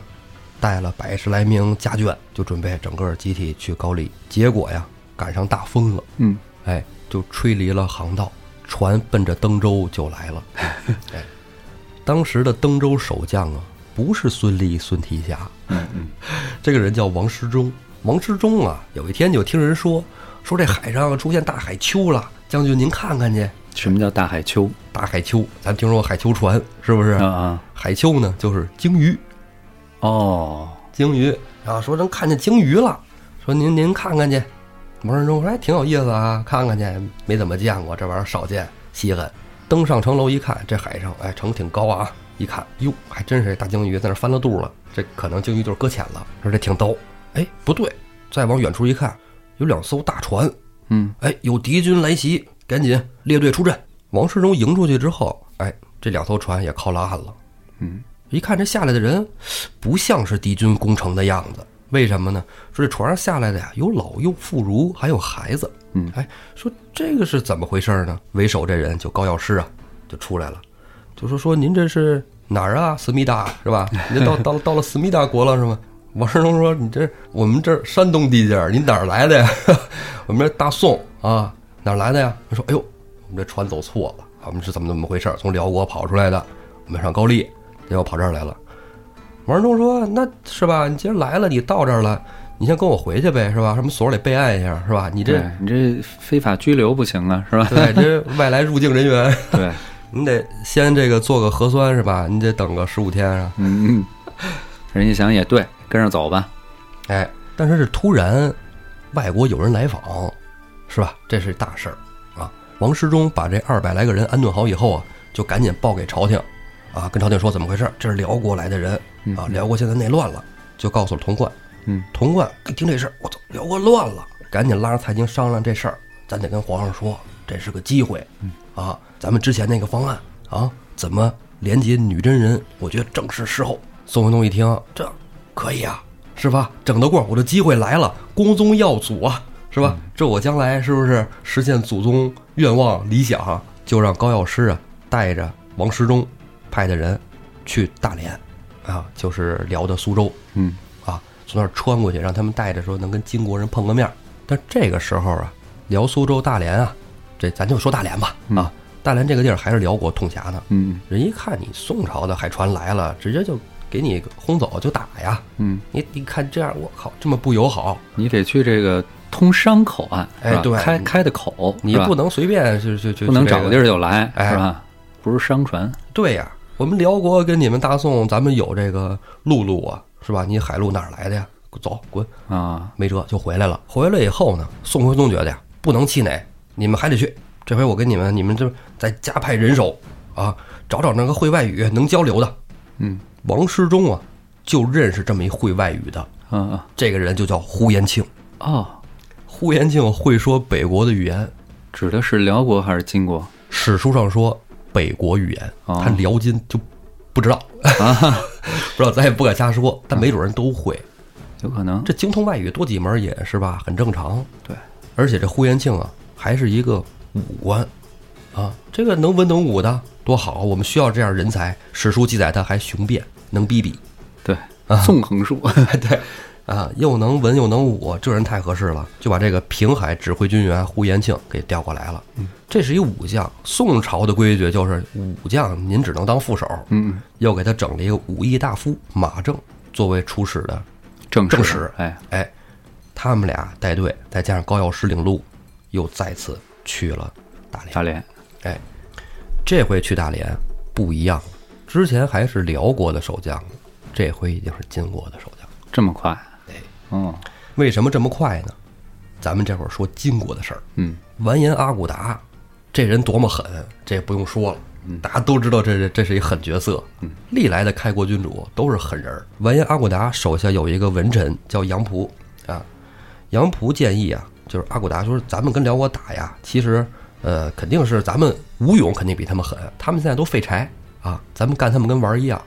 带了百十来名家眷，就准备整个集体去高丽。结果呀，赶上大风了，
嗯，
哎，就吹离了航道，船奔着登州就来了。哎，当时的登州守将啊，不是孙立、孙提辖，这个人叫王师忠。王师忠啊，有一天就听人说，说这海上出现大海丘了，将军您看看去。
什么叫大海丘
大海丘，咱听说过海丘船是不是？
啊啊？
海丘呢，就是鲸鱼，
哦，
鲸鱼啊，说能看见鲸鱼了，说您您看看去。王世忠说，哎，挺有意思啊，看看去，没怎么见过这玩意儿，少见稀罕。登上城楼一看，这海上，哎，城挺高啊，一看，哟，还真是大鲸鱼在那翻了肚了，这可能鲸鱼就是搁浅了，说这挺逗。哎，不对，再往远处一看，有两艘大船，
嗯，
哎，有敌军来袭，赶紧列队出阵。王世忠迎出去之后，哎，这两艘船也靠了岸了。
嗯，
一看这下来的人，不像是敌军攻城的样子。为什么呢？说这船上下来的呀，有老幼妇孺，还有孩子。
嗯，
哎，说这个是怎么回事呢？为首这人就高药师啊，就出来了，就说说您这是哪儿啊？思密达是吧？您这到到到了思密达国了是吗？王世忠说：“你这我们这儿山东地界儿，你哪儿来的呀？ 我们这大宋啊，哪儿来的呀？”他说：“哎呦，我们这船走错了，我们是怎么怎么回事儿？从辽国跑出来的，我们上高丽，结果跑这儿来了。”王世忠说：“那是吧？你既然来了，你到这儿了，你先跟我回去呗，是吧？什么所里备案一下，是吧？你这
对你这非法拘留不行啊，是吧？
对，这外来入境人员，
对，
你得先这个做个核酸是吧？你得等个十五天啊。
嗯，嗯人家想也对，跟着走吧。
哎，但是是突然外国有人来访，是吧？这是大事儿啊！王世忠把这二百来个人安顿好以后啊，就赶紧报给朝廷，啊，跟朝廷说怎么回事儿，这是辽国来的人啊，辽国现在内乱了，就告诉了童贯。
嗯，
童贯一听这事儿，我操，辽国乱了，赶紧拉着蔡京商量这事儿，咱得跟皇上说，这是个机会，啊，咱们之前那个方案啊，怎么连接女真人，我觉得正是时候。宋徽宗一听，这可以啊，是吧？整得过，我的机会来了，光宗耀祖啊，是吧？这我将来是不是实现祖宗愿望理想啊？就让高药师啊带着王师忠派的人去大连，啊，就是辽的苏州，
嗯，
啊，从那儿穿过去，让他们带着说能跟金国人碰个面儿。但这个时候啊，辽苏州大连啊，这咱就说大连吧，啊，大连这个地儿还是辽国统辖呢。
嗯，
人一看你宋朝的海船来了，直接就给你轰走就打呀。
嗯，
你你看这样，我靠，这么不友好，
你得去这个通商口岸，
哎
是吧
对
开开的口，
你
是吧
不能随便就就就
不能找个地
儿。
儿就来，
哎
是吧？不是商船，
对呀、我们辽国跟你们大宋，咱们有这个陆路啊，是吧？你海路哪儿来的呀？走，滚！
啊，
没辙就回来了。回来以后呢，宋徽宗觉得呀，不能气馁，你们还得去。这回我跟你们，你们这再加派人手啊，找找那个会外语能交流的。
嗯
王师忠啊，就认识这么一会外语的，
嗯嗯
这个人就叫呼延庆。
哦，
呼延庆会说北国的语言，
指的是辽国还是金国？
史书上说北国语言，
哦啊
他辽金就不知道， 不知道咱也不敢瞎说，但没准人都会。
有可能，
这精通外语多几门也是吧，很正常。
对，
而且这呼延庆啊，还是一个武官，啊，这个能文能武的多好，啊我们需要这样人才。史书记载他还雄辩，能逼比，
对，纵横术，
啊 对，啊，又能文又能武，这人太合适了，就把这个平海指挥军员呼延庆给调过来了。
嗯
这是一武将，宋朝的规矩就是武将您只能当副手，
嗯，
又给他整了一个武艺大夫马正作为出使的
正
正
史
史，
哎，
哎，他们俩带队，再加上高药师领路，又再次去了大连。
大连，
哎，这回去大连不一样了，之前还是辽国的守将呢，这回已经是金国的守将。
这么快，
哎，
哦，
为什么这么快呢？咱们这会儿说金国的事儿。
嗯，
完颜阿骨达，这人多么狠，这也不用说了，大家都知道这是这是一狠角色。历来的开国君主都是狠人儿。完颜阿骨达手下有一个文臣叫杨仆啊，杨仆建议啊，就是阿骨达说咱们跟辽国打呀，其实呃肯定是咱们吴勇肯定比他们狠，他们现在都废柴啊，咱们干他们跟玩儿一样。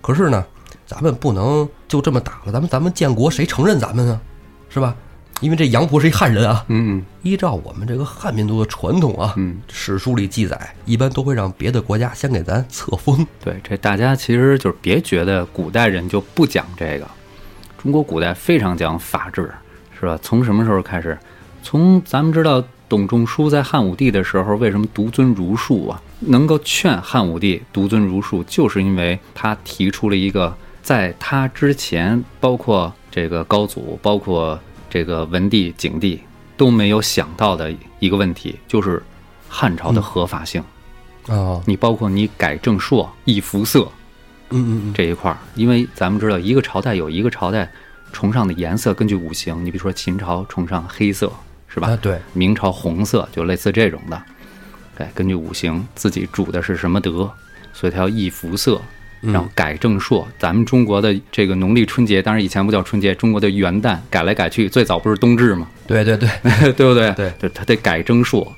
可是呢，咱们不能就这么打了，咱们咱们建国谁承认咱们啊？是吧？因为这杨仆是一汉人啊，
嗯嗯
依照我们这个汉民族的传统啊，
嗯
史书里记载，一般都会让别的国家先给咱册封。
对，这大家其实就是别觉得古代人就不讲这个，中国古代非常讲法治，是吧？从什么时候开始？从咱们知道董仲舒在汉武帝的时候，为什么独尊儒术啊？能够劝汉武帝独尊儒术，就是因为他提出了一个在他之前，包括这个高祖，包括这个文帝、景帝都没有想到的一个问题，就是汉朝的合法性。
啊，
你包括你改正朔、易服色
嗯嗯
这一块儿，因为咱们知道一个朝代有一个朝代崇尚的颜色，根据五行，你比如说秦朝崇尚黑色，是
嗯，啊
吧？
对，
明朝红色，就类似这种的，哎，根据五行自己主的是什么德，所以它要易服色。然后改正朔，咱们中国的这个农历春节，当然以前不叫春节，中国的元旦改来改去，最早不是冬 至吗？
对对对，
对不对？
对，
就他得改正朔。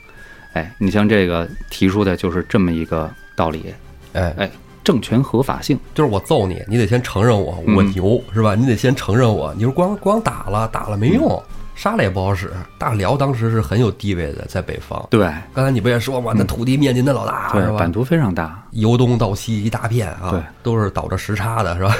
哎，你像这个提出的就是这么一个道理，
哎，
哎，政权合法性，
就是我揍你，你得先承认我，
嗯
我牛、是吧？你得先承认我，你说光光打了，打了没用，杀了也不好使。大辽当时是很有地位的，在北方。
对嗯
刚才你不也说嘛，那土地面积那老大、是
对，
吧
版？图非常大，
由东到西一大片啊，
对，
都是倒着时差的，是吧？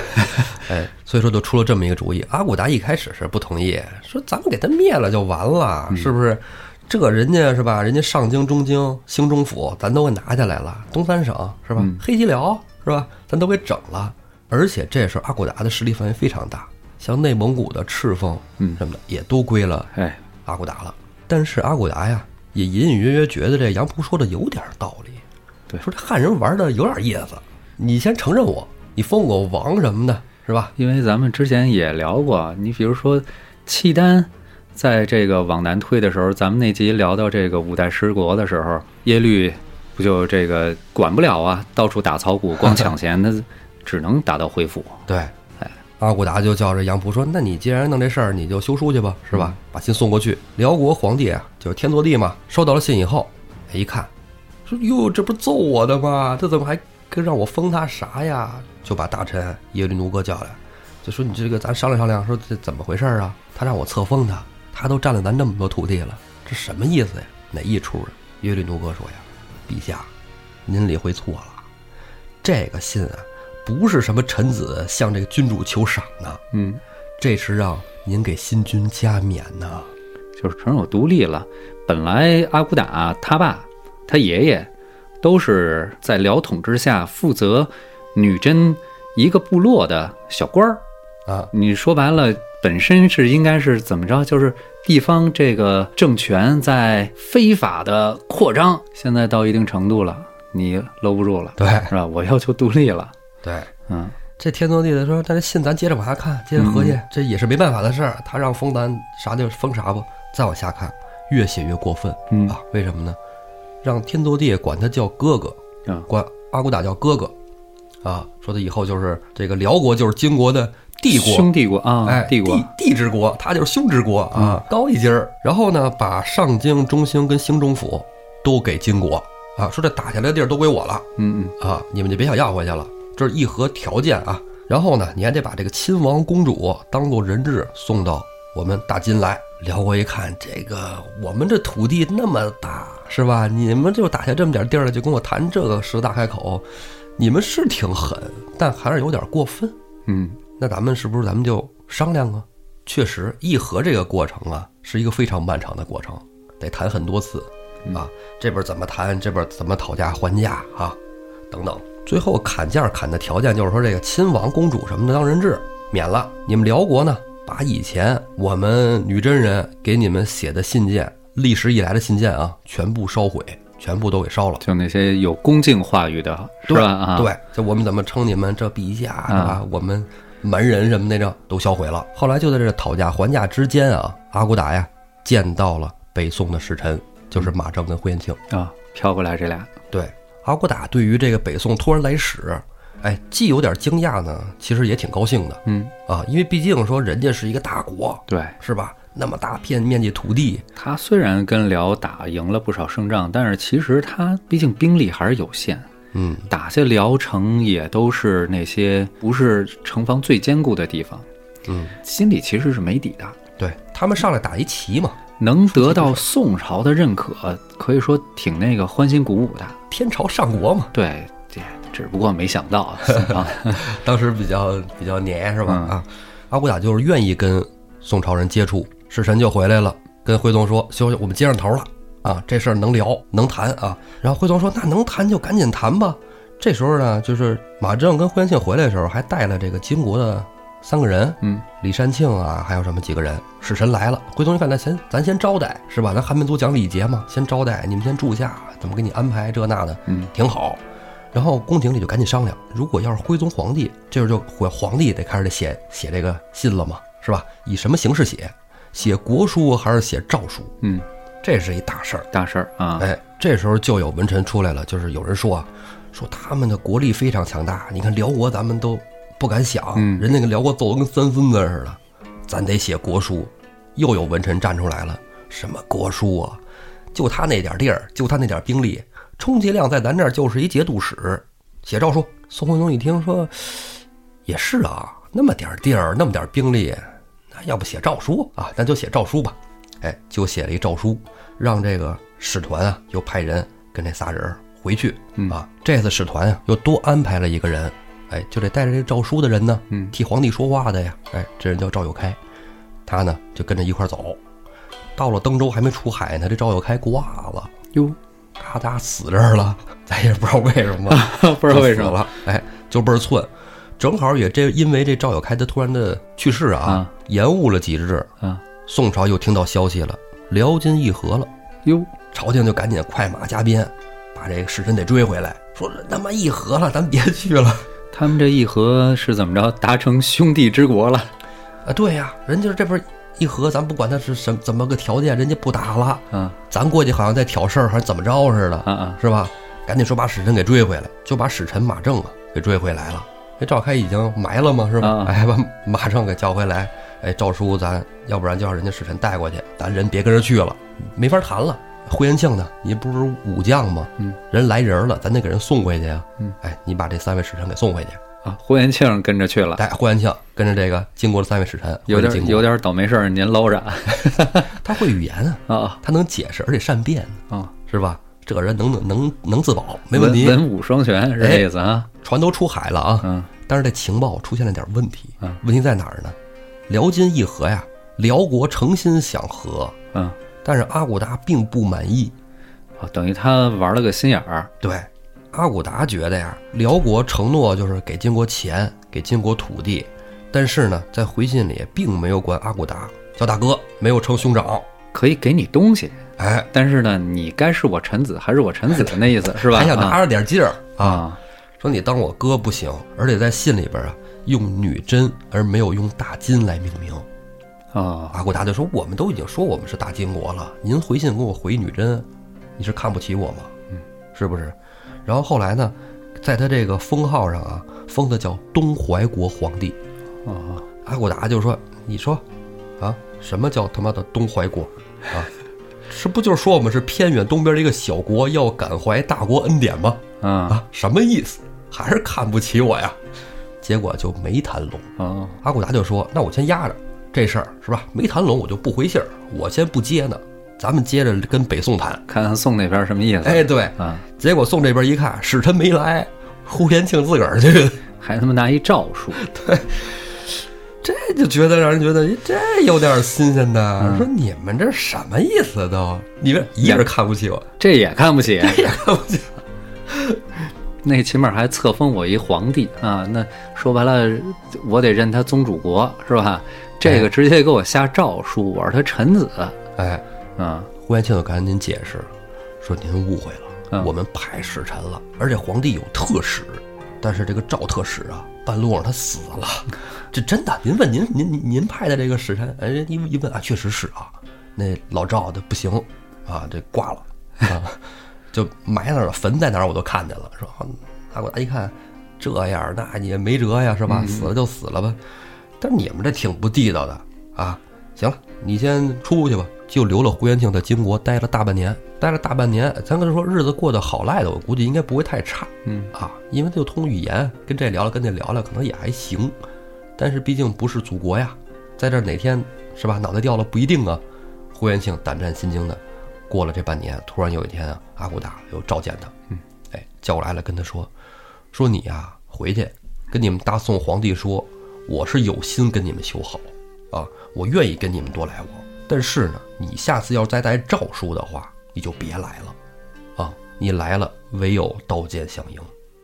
哎，所以说就出了这么一个主意。阿骨达一开始是不同意，说咱们给他灭了就完了，是不是？这个人家是吧？人家上京、中京、兴中府，咱都给拿下来了，东三省是吧？黑吉辽是吧？咱都给整了。而且这时候阿骨达的势力范围非常大，像内蒙古的赤峰，嗯，什么的也都归了
哎，
阿骨达了。但是阿骨达呀，也隐隐约约觉得这杨浦说的有点道理，
对
说这汉人玩的有点意思。你先承认我，你封我王什么的，是吧？
因为咱们之前也聊过，你比如说契丹，在这个往南推的时候，咱们那集聊到这个五代十国的时候，耶律不就这个管不了啊，到处打草谷，光抢钱，他只能打到恢复，
对，哎，阿骨达就叫这杨浦说：“那你既然弄这事儿，你就修书去吧，是吧？把信送过去。”辽国皇帝啊，就是天祚帝嘛，收到了信以后，哎一看，说：“哟，这不是揍我的吗？这怎么还跟让我封他啥呀？”就把大臣耶律奴哥叫来，就说：“你这个咱商量商量，说这怎么回事儿啊？他让我册封他，他都占了咱这么多土地了，这什么意思呀？哪一出啊？”耶律奴哥说呀：“陛下，您理会错了。”这个信啊，不是什么臣子向这个君主求赏呢，
嗯，
这是让您给新君加冕呢。
就是承认我独立了。本来阿骨打他爸、他爷爷都是在辽统之下负责女真一个部落的小官儿，
啊，
你说白了，本身是应该是怎么着？就是地方这个政权在非法的扩张，现在到一定程度了，你搂不住了，
对
是吧？我要求独立了，
对，
嗯，
这天祚地的说，但是信咱接着往下看，接着合计，这也是没办法的事儿。他让封咱啥就封啥吧，再往下看，越写越过分、
嗯
啊！为什么呢？让天祚帝管他叫哥哥，
嗯
管阿骨打叫哥哥，啊，说他以后就是这个辽国就是金国的帝国，
兄弟国啊，
哎，
帝国，嗯
帝之国，他就是兄之国啊，高一阶儿。然后呢，把上京、中兴跟兴中府都给金国啊，说这打下来的地儿都归我了
嗯嗯，
啊，你们就别想要回去了。这是议和条件啊。然后呢，你还得把这个亲王公主当做人质送到我们大金来。辽国一看，这个我们这土地那么大，是吧？你们就打下这么点地儿了，就跟我谈这个十大开口，你们是挺狠，但还是有点过分。
嗯，
那咱们是不是咱们就商量啊？确实，议和这个过程啊，是一个非常漫长的过程，得谈很多次啊。这边怎么谈，这边怎么讨价还价啊，等等。最后砍价砍的条件就是说，这个亲王、公主什么的当人质免了。你们辽国呢，把以前我们女真人给你们写的信件，历史以来的信件啊，全部烧毁，全部都给烧了。
就那些有恭敬话语的，是
对
吧？啊，，
对，就我们怎么称你们这陛下是吧？我们门人什么的这都销毁了。后来就在这讨价还价之间啊，阿骨打呀见到了北宋的使臣，就是马正跟呼延庆。
啊，飘过来这俩，
对，阿骨打对于这个北宋突然来使，哎，既有点惊讶呢，其实也挺高兴的
嗯，
啊，因为毕竟说人家是一个大国，
对。
是吧？那么大片面积土地，
他虽然跟辽打赢了不少胜仗，但是其实他毕竟兵力还是有限，
嗯，
打下辽城也都是那些不是城防最坚固的地方，
嗯，
心里其实是没底的。
对他们上来打一旗嘛，
能得到宋朝的认可，可以说挺那个欢欣鼓舞的。
天朝上国嘛。
对，这只不过没想到 啊，啊
当时比较比较黏是吧？啊，阿骨打就是愿意跟宋朝人接触，使臣就回来了，跟徽宗说：“休息，我们接上头了啊，这事儿能聊能谈啊。”然后徽宗说：“那能谈就赶紧谈吧。”这时候呢，就是马正跟呼延庆回来的时候，还带了这个金国的三个人，
嗯，
李善庆啊，还有什么几个人，使臣来了，徽宗一看，那先咱先招待是吧？咱汉民族讲礼节嘛，先招待，你们先住下，怎么给你安排这那的，
嗯，
挺好。然后宫廷里就赶紧商量，如果要是徽宗皇帝，这时候就皇皇帝得开始写写这个信了嘛，是吧？以什么形式写？写国书还是写诏书？
嗯，
这是一大事儿。
大事儿啊，
哎，这时候就有文臣出来了，就是有人说啊，说他们的国力非常强大，你看辽国咱们都不敢想，
嗯
人家跟辽国揍得跟三孙子似的，咱得写国书。又有文臣站出来了，什么国书啊？就他那点地儿，就他那点兵力，充其量在咱这儿就是一节度使，写诏书。宋徽宗一听说，也是啊，那么点儿地儿，那么点儿兵力，那要不写诏书啊？咱就写诏书吧。哎，就写了一诏书，让这个使团啊，又派人跟这仨人儿回去
嗯
啊。这次使团啊，又多安排了一个人，哎，就得带着这诏书的人呢，
嗯
替皇帝说话的呀。哎，这人叫赵有开，他呢就跟着一块儿走。到了登州还没出海呢，这赵有开挂了，
哟，
咔嗒死这儿了，咱也不知道为什么。
不知道为什
就
么，
死了，哎，就倍儿寸，正好也这因为这赵有开他突然的去世啊，
啊
延误了几日，
啊，
宋朝又听到消息了，辽金议和了，
哟，
朝廷就赶紧快马加鞭，把这个使臣得追回来，说他妈议和了，咱别去了。
他们这议和是怎么着？达成兄弟之国了
啊，对呀、人家这边议和，咱不管他是什么怎么个条件，人家不打了，
啊
咱过去好像在挑事儿还是怎么着似的，
啊啊！
是吧？赶紧说把使臣给追回来，就把使臣马正啊给追回来了。这赵开已经埋了嘛，是吧？
啊
哎，把马正给叫回来。哎，赵叔，咱要不然就让人家使臣带过去，咱人别跟着去了，没法谈了。呼延庆呢？你不是武将吗？
嗯，
人来人了，咱得给人送回去呀、
嗯，
哎，你把这三位使臣给送回去。
啊，呼延庆跟着去了，
哎，呼延庆跟着这个金国的三位使臣，
有
回了
点
金国
有点倒霉事儿，您搂 着啊
他会语言啊，
啊
他能解释，而且善变，
啊！
是吧？这个人能能能能自保，没问题。
文文武双全是这意思啊？
船都出海了啊，
嗯
但是这情报出现了点问题
嗯，
问题在哪儿呢？辽金议和呀，辽国诚心想和，
嗯，
但是阿骨达并不满意。
啊，等于他玩了个心眼儿，
对，阿骨达觉得呀，辽国承诺就是给金国钱，给金国土地，但是呢，在回信里并没有管阿骨打叫大哥，没有称兄长，
可以给你东西，
哎，
但是呢，你该是我臣子还是我臣子的那意 思是吧？
还想拿
啊
着点劲儿啊，
啊
说你当我哥不行，而且在信里边啊，用女真而没有用大金来命名。
啊
阿骨达就说：“我们都已经说我们是大金国了，您回信给我回女真，你是看不起我吗？嗯，是不是？”然后后来呢，在他这个封号上啊，封的叫东怀国皇帝。
啊！
阿骨达就说：“你说，啊，什么叫他妈的东怀国啊？ 是不就是说我们是偏远东边的一个小国，要感怀大国恩典吗？
啊
啊，什么意思？还是看不起我呀？”结果就没谈拢。
啊
阿骨达就说：“那我先压着这事儿，是吧？没谈拢，我就不回信儿，我先不接呢。咱们接着跟北宋谈。
看看宋那边什么意”思？
哎，对，
啊，
结果宋这边一看，使臣没来，呼延庆自个儿去，
还他妈拿一诏书，
这就觉得让人觉得这有点新鲜的。说你们这什么意思都？你们一样看不起我，
这也看不 起，
也看不起我。
那起码还册封我一皇帝啊！那说白了，我得认他宗主国是吧？这个直接给我下诏书，我是他臣子
哎，
啊！
呼延庆就赶紧解释，说您误会了，
嗯
我们派使臣了，而且皇帝有特使，但是这个赵特使啊，半路上他死了，这真的。您问您您您您派的这个使臣，哎，一一问啊，确实是啊，那老赵的不行啊，这挂了啊，就埋那儿了，坟在哪儿我都看见了，说啊阿骨达一看这样，那也没辙呀，是吧？死了就死了吧。但是你们这挺不地道的啊！行了，你先出去吧。就留了胡延庆在金国待了大半年，待了大半年，咱跟他说日子过得好赖的，我估计应该不会太差，
嗯
啊，因为他就通语言，跟这聊聊，跟那聊聊，可能也还行。但是毕竟不是祖国呀，在这儿哪天是吧，脑袋掉了不一定啊。胡延庆胆战心惊的过了这半年，突然有一天啊，阿骨打又召见他，嗯，哎，叫过来了，跟他说，说你呀、回去跟你们大宋皇帝说，我是有心跟你们修好，啊，我愿意跟你们多来往，但是呢，你下次要再带诏书的话，你就别来了，啊，你来了唯有刀剑相迎。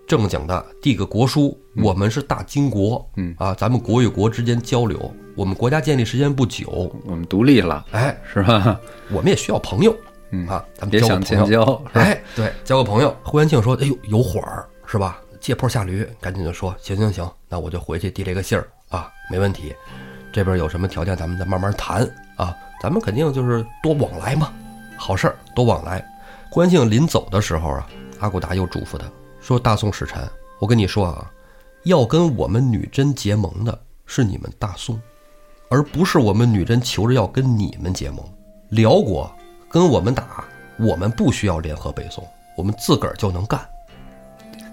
正经的递个国书，我们是大金国，
嗯
啊，咱们国与国之间交流，我们国家建立时间不久，
我们独立了
哎，
是吧？
我们也需要朋友，嗯啊，咱们
别
交个
想
朋
建
友，
交，
哎，对，交个朋友。胡延庆说：“哎呦，有火儿是吧？借坡下驴。”赶紧就说：“行行行，那我就回去递这个信儿啊，没问题。这边有什么条件，咱们再慢慢谈啊。咱们肯定就是多往来嘛，好事儿，多往来。”胡延庆临走的时候啊，阿骨达又嘱咐他说：“大宋使臣，我跟你说啊，要跟我们女真结盟的是你们大宋。”而不是我们女真求着要跟你们结盟。辽国跟我们打，我们不需要联合北宋，我们自个儿就能干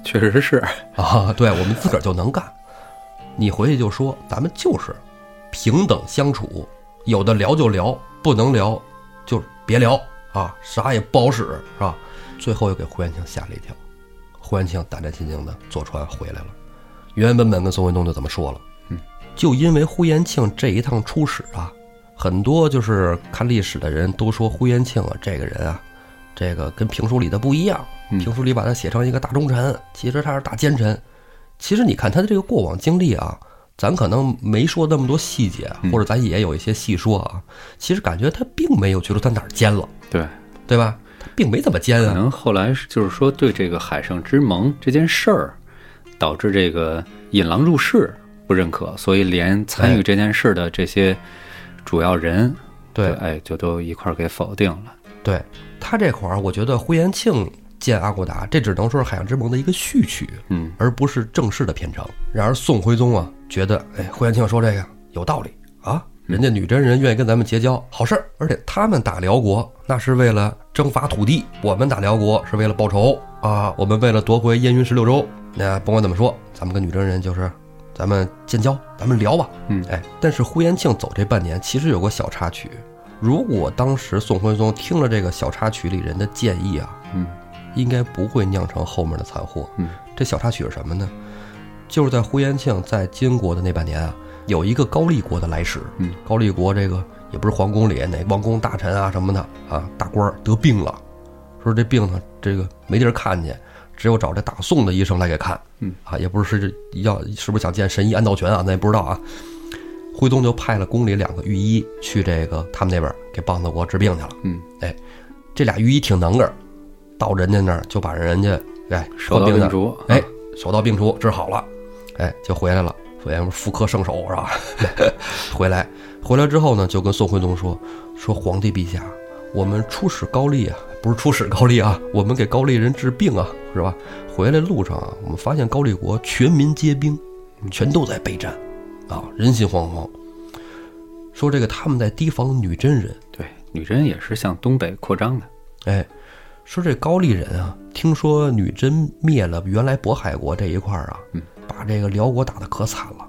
确实是，
啊！对，我们自个儿就能干。你回去就说，咱们就是平等相处，有的聊就聊，不能聊就别聊啊，啥也不好使，是吧？最后又给胡延庆吓了一跳，胡延庆胆战心惊的坐船回来了，原原本本跟宋徽宗就怎么说了。就因为呼延庆这一趟出使啊，很多就是看历史的人都说呼延庆啊这个人啊，这个跟评书里的不一样。评书里把他写成一个大忠臣，其实他是大奸臣。其实你看他的这个过往经历啊，咱可能没说那么多细节，啊或者咱也有一些细说啊。其实感觉他并没有觉得他哪儿奸了，
对。
对吧？他并没怎么奸
可
啊。
能后来是就是说对这个海上之盟这件事儿，导致这个引狼入室不认可，所以连
哎
参与这件事的这些主要人，
对
就哎，就都一块儿给否定了。
对他这块儿，我觉得呼延庆见阿骨达，这只能说是海洋之盟的一个序曲，
嗯，
而不是正式的篇章。然而宋徽宗啊，觉得哎，呼延庆说这个有道理啊，人家女真人愿意跟咱们结交，好事儿。而且他们打辽国那是为了征伐土地，我们打辽国是为了报仇啊，我们为了夺回燕云十六州。那甭管怎么说，咱们跟女真人就是。咱们建交，咱们聊吧。
嗯
哎，但是呼延庆走这半年，其实有个小插曲。如果当时宋徽宗听了这个小插曲里人的建议啊，
嗯，
应该不会酿成后面的惨祸。
嗯，
这小插曲是什么呢？就是在呼延庆在金国的那半年啊，有一个高丽国的来使，
嗯，
高丽国这个也不是皇宫里哪王公大臣啊什么的啊，大官儿得病了，说这病呢，这个没地儿看去，只有找这大宋的医生来给看。
嗯
啊，也不是要是不是想见神医安道全啊，咱也不知道啊。徽宗就派了宫里两个御医去这个他们那边给梆子国治病去了。
嗯，
哎，这俩御医挺能个儿，到人家那儿就把人家哎
手到
病
病
的
除，啊
哎，手到病除，治好了，哎，就回来了。所以妇科圣手是吧？ 回来，回来之后呢，就跟宋徽宗说说皇帝陛下，我们出使高丽啊，不是出使高丽啊，我们给高丽人治病啊，是吧？回来路上啊，我们发现高丽国全民皆兵，全都在备战，啊，人心惶惶。说这个他们在提防女真人，
对，女真也是向东北扩张的，
哎，说这高丽人啊，听说女真灭了原来渤海国这一块儿啊，把这个辽国打得可惨了，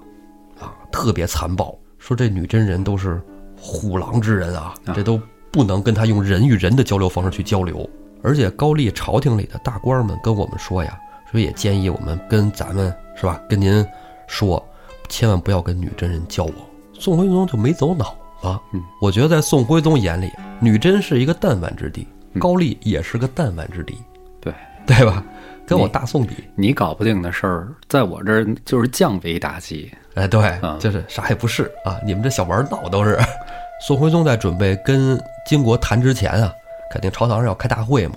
啊，特别残暴。说这女真人都是虎狼之人啊，这都不能跟他用人与人的交流方式去交流。而且高丽朝廷里的大官们跟我们说呀，说也建议我们跟咱们是吧，跟您说，千万不要跟女真人交往。宋徽宗就没走脑子，
嗯，
我觉得在宋徽宗眼里，女真是一个弹丸之地，高丽也是个弹丸之地，
嗯对。
对吧？跟我大宋比，
你搞不定的事儿，在我这儿就是降维打击。
哎，对
啊，
就是啥也不是啊！你们这小玩闹都是。宋徽宗在准备跟金国谈之前啊，肯定朝堂上要开大会嘛。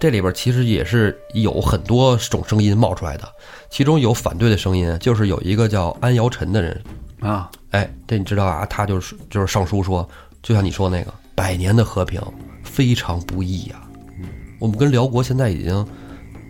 这里边其实也是有很多种声音冒出来的，其中有反对的声音，就是有一个叫安尧臣的人，
啊，
哎，这你知道啊？他就是就是上书说，就像你说那个，百年的和平非常不易呀、我们跟辽国现在已经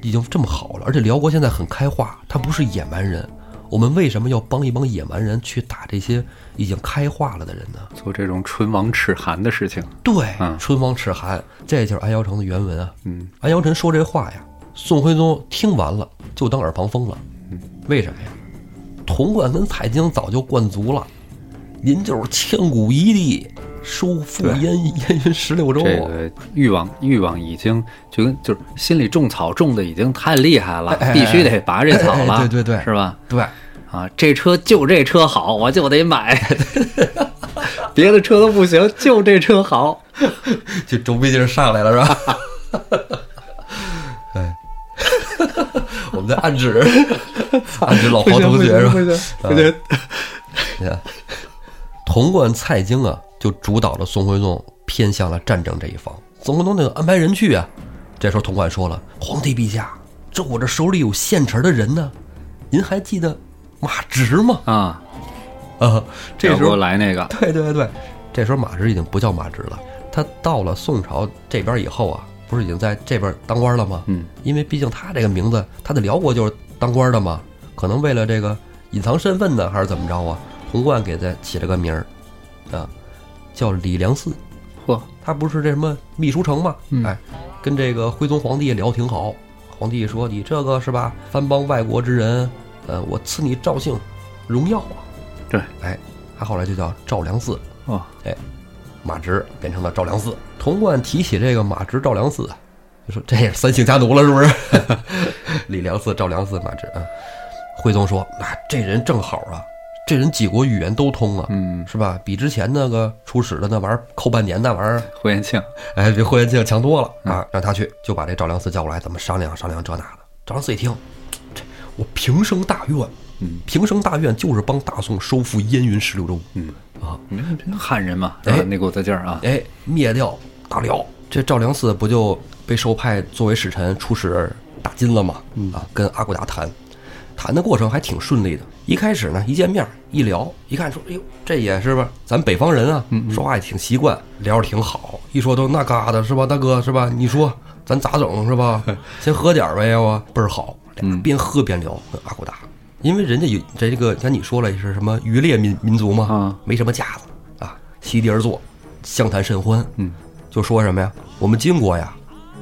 已经这么好了，而且辽国现在很开化，他不是野蛮人。我们为什么要帮一帮野蛮人去打这些已经开化了的人呢？
做这种唇亡齿寒的事情，
对，
嗯
春风齿寒，这就是安阳城的原文啊。嗯，安阳城说这话呀，宋徽宗听完了就当耳旁风了。为什么呀？童贯跟蔡京早就灌足了，您就是千古一帝，收复
对
燕燕云十六州
这
啊。
个欲望欲望已经就跟就是心里种草种的已经太厉害了，必须得拔这草了，
哎哎哎哎对对对
是吧？
对，
啊，这车就这车好，我就得买， 别的车都不行，就这车好。
就周逼劲儿上来了，是 吧？哎， 我们在暗指暗指老黄同学是吧？啊
不行，
你看，童贯、蔡京啊，就主导了宋徽宗偏向了战争这一方。宋徽宗就安排人去啊。这时候童贯说了：“皇帝陛下，这我这手里有现成的人呢，您还记得马直吗
啊，？”
啊，这时
要不
候，
来那个，
对对对，这时候马直已经不叫马直了，他到了宋朝这边以后啊，不是已经在这边当官了吗？
嗯，
因为毕竟他这个名字，他在辽国就是当官的嘛，可能为了这个隐藏身份呢，还是怎么着啊？童贯给他起了个名儿，啊，叫李良嗣。
嚯，
他不是这什么秘书丞吗？
嗯
哎，跟这个徽宗皇帝聊挺好。皇帝说：“你这个是吧？藩邦外国之人，呃，我赐你赵姓荣耀啊。”
对，
哎，他后来就叫赵良嗣。
哦，
马直变成了赵良嗣。童贯提起这个马直、赵良嗣，啊就说这也是三姓家奴了，是不是？ 李良嗣、赵良嗣、马直啊。徽宗说：“那、这人正好啊，这人几国语言都通啊，
嗯，
是吧？比之前那个出使的那玩意儿扣半年那玩意儿，
胡延庆，
哎，比霍元庆强多了
嗯
啊！让他去，就把这赵良嗣叫过来，咱们商量商量这那的。赵良嗣一听，这我平生大愿，
嗯，
平生大愿就是帮大宋收复燕云十六州，
嗯
啊，
你看这汉人嘛，是吧
哎
那股子劲儿啊，
哎，灭掉大辽。这赵良嗣不就被授派作为使臣出使大金了吗？啊，跟阿骨达谈，谈的过程还挺顺利的。一开始呢，一见面一聊，一看说，哎呦，这也是吧，咱北方人啊，说话也挺习惯，聊着挺好。一说都那嘎达是吧，大哥是吧？你说咱咋整是吧？先喝点儿呗，要不倍儿好。俩人边喝边聊，跟阿骨达，因为人家有这个，像你说了是什么渔猎民民族嘛，
啊
没什么架子啊，席地而坐，相谈甚欢。嗯，就说什么呀？我们金国呀，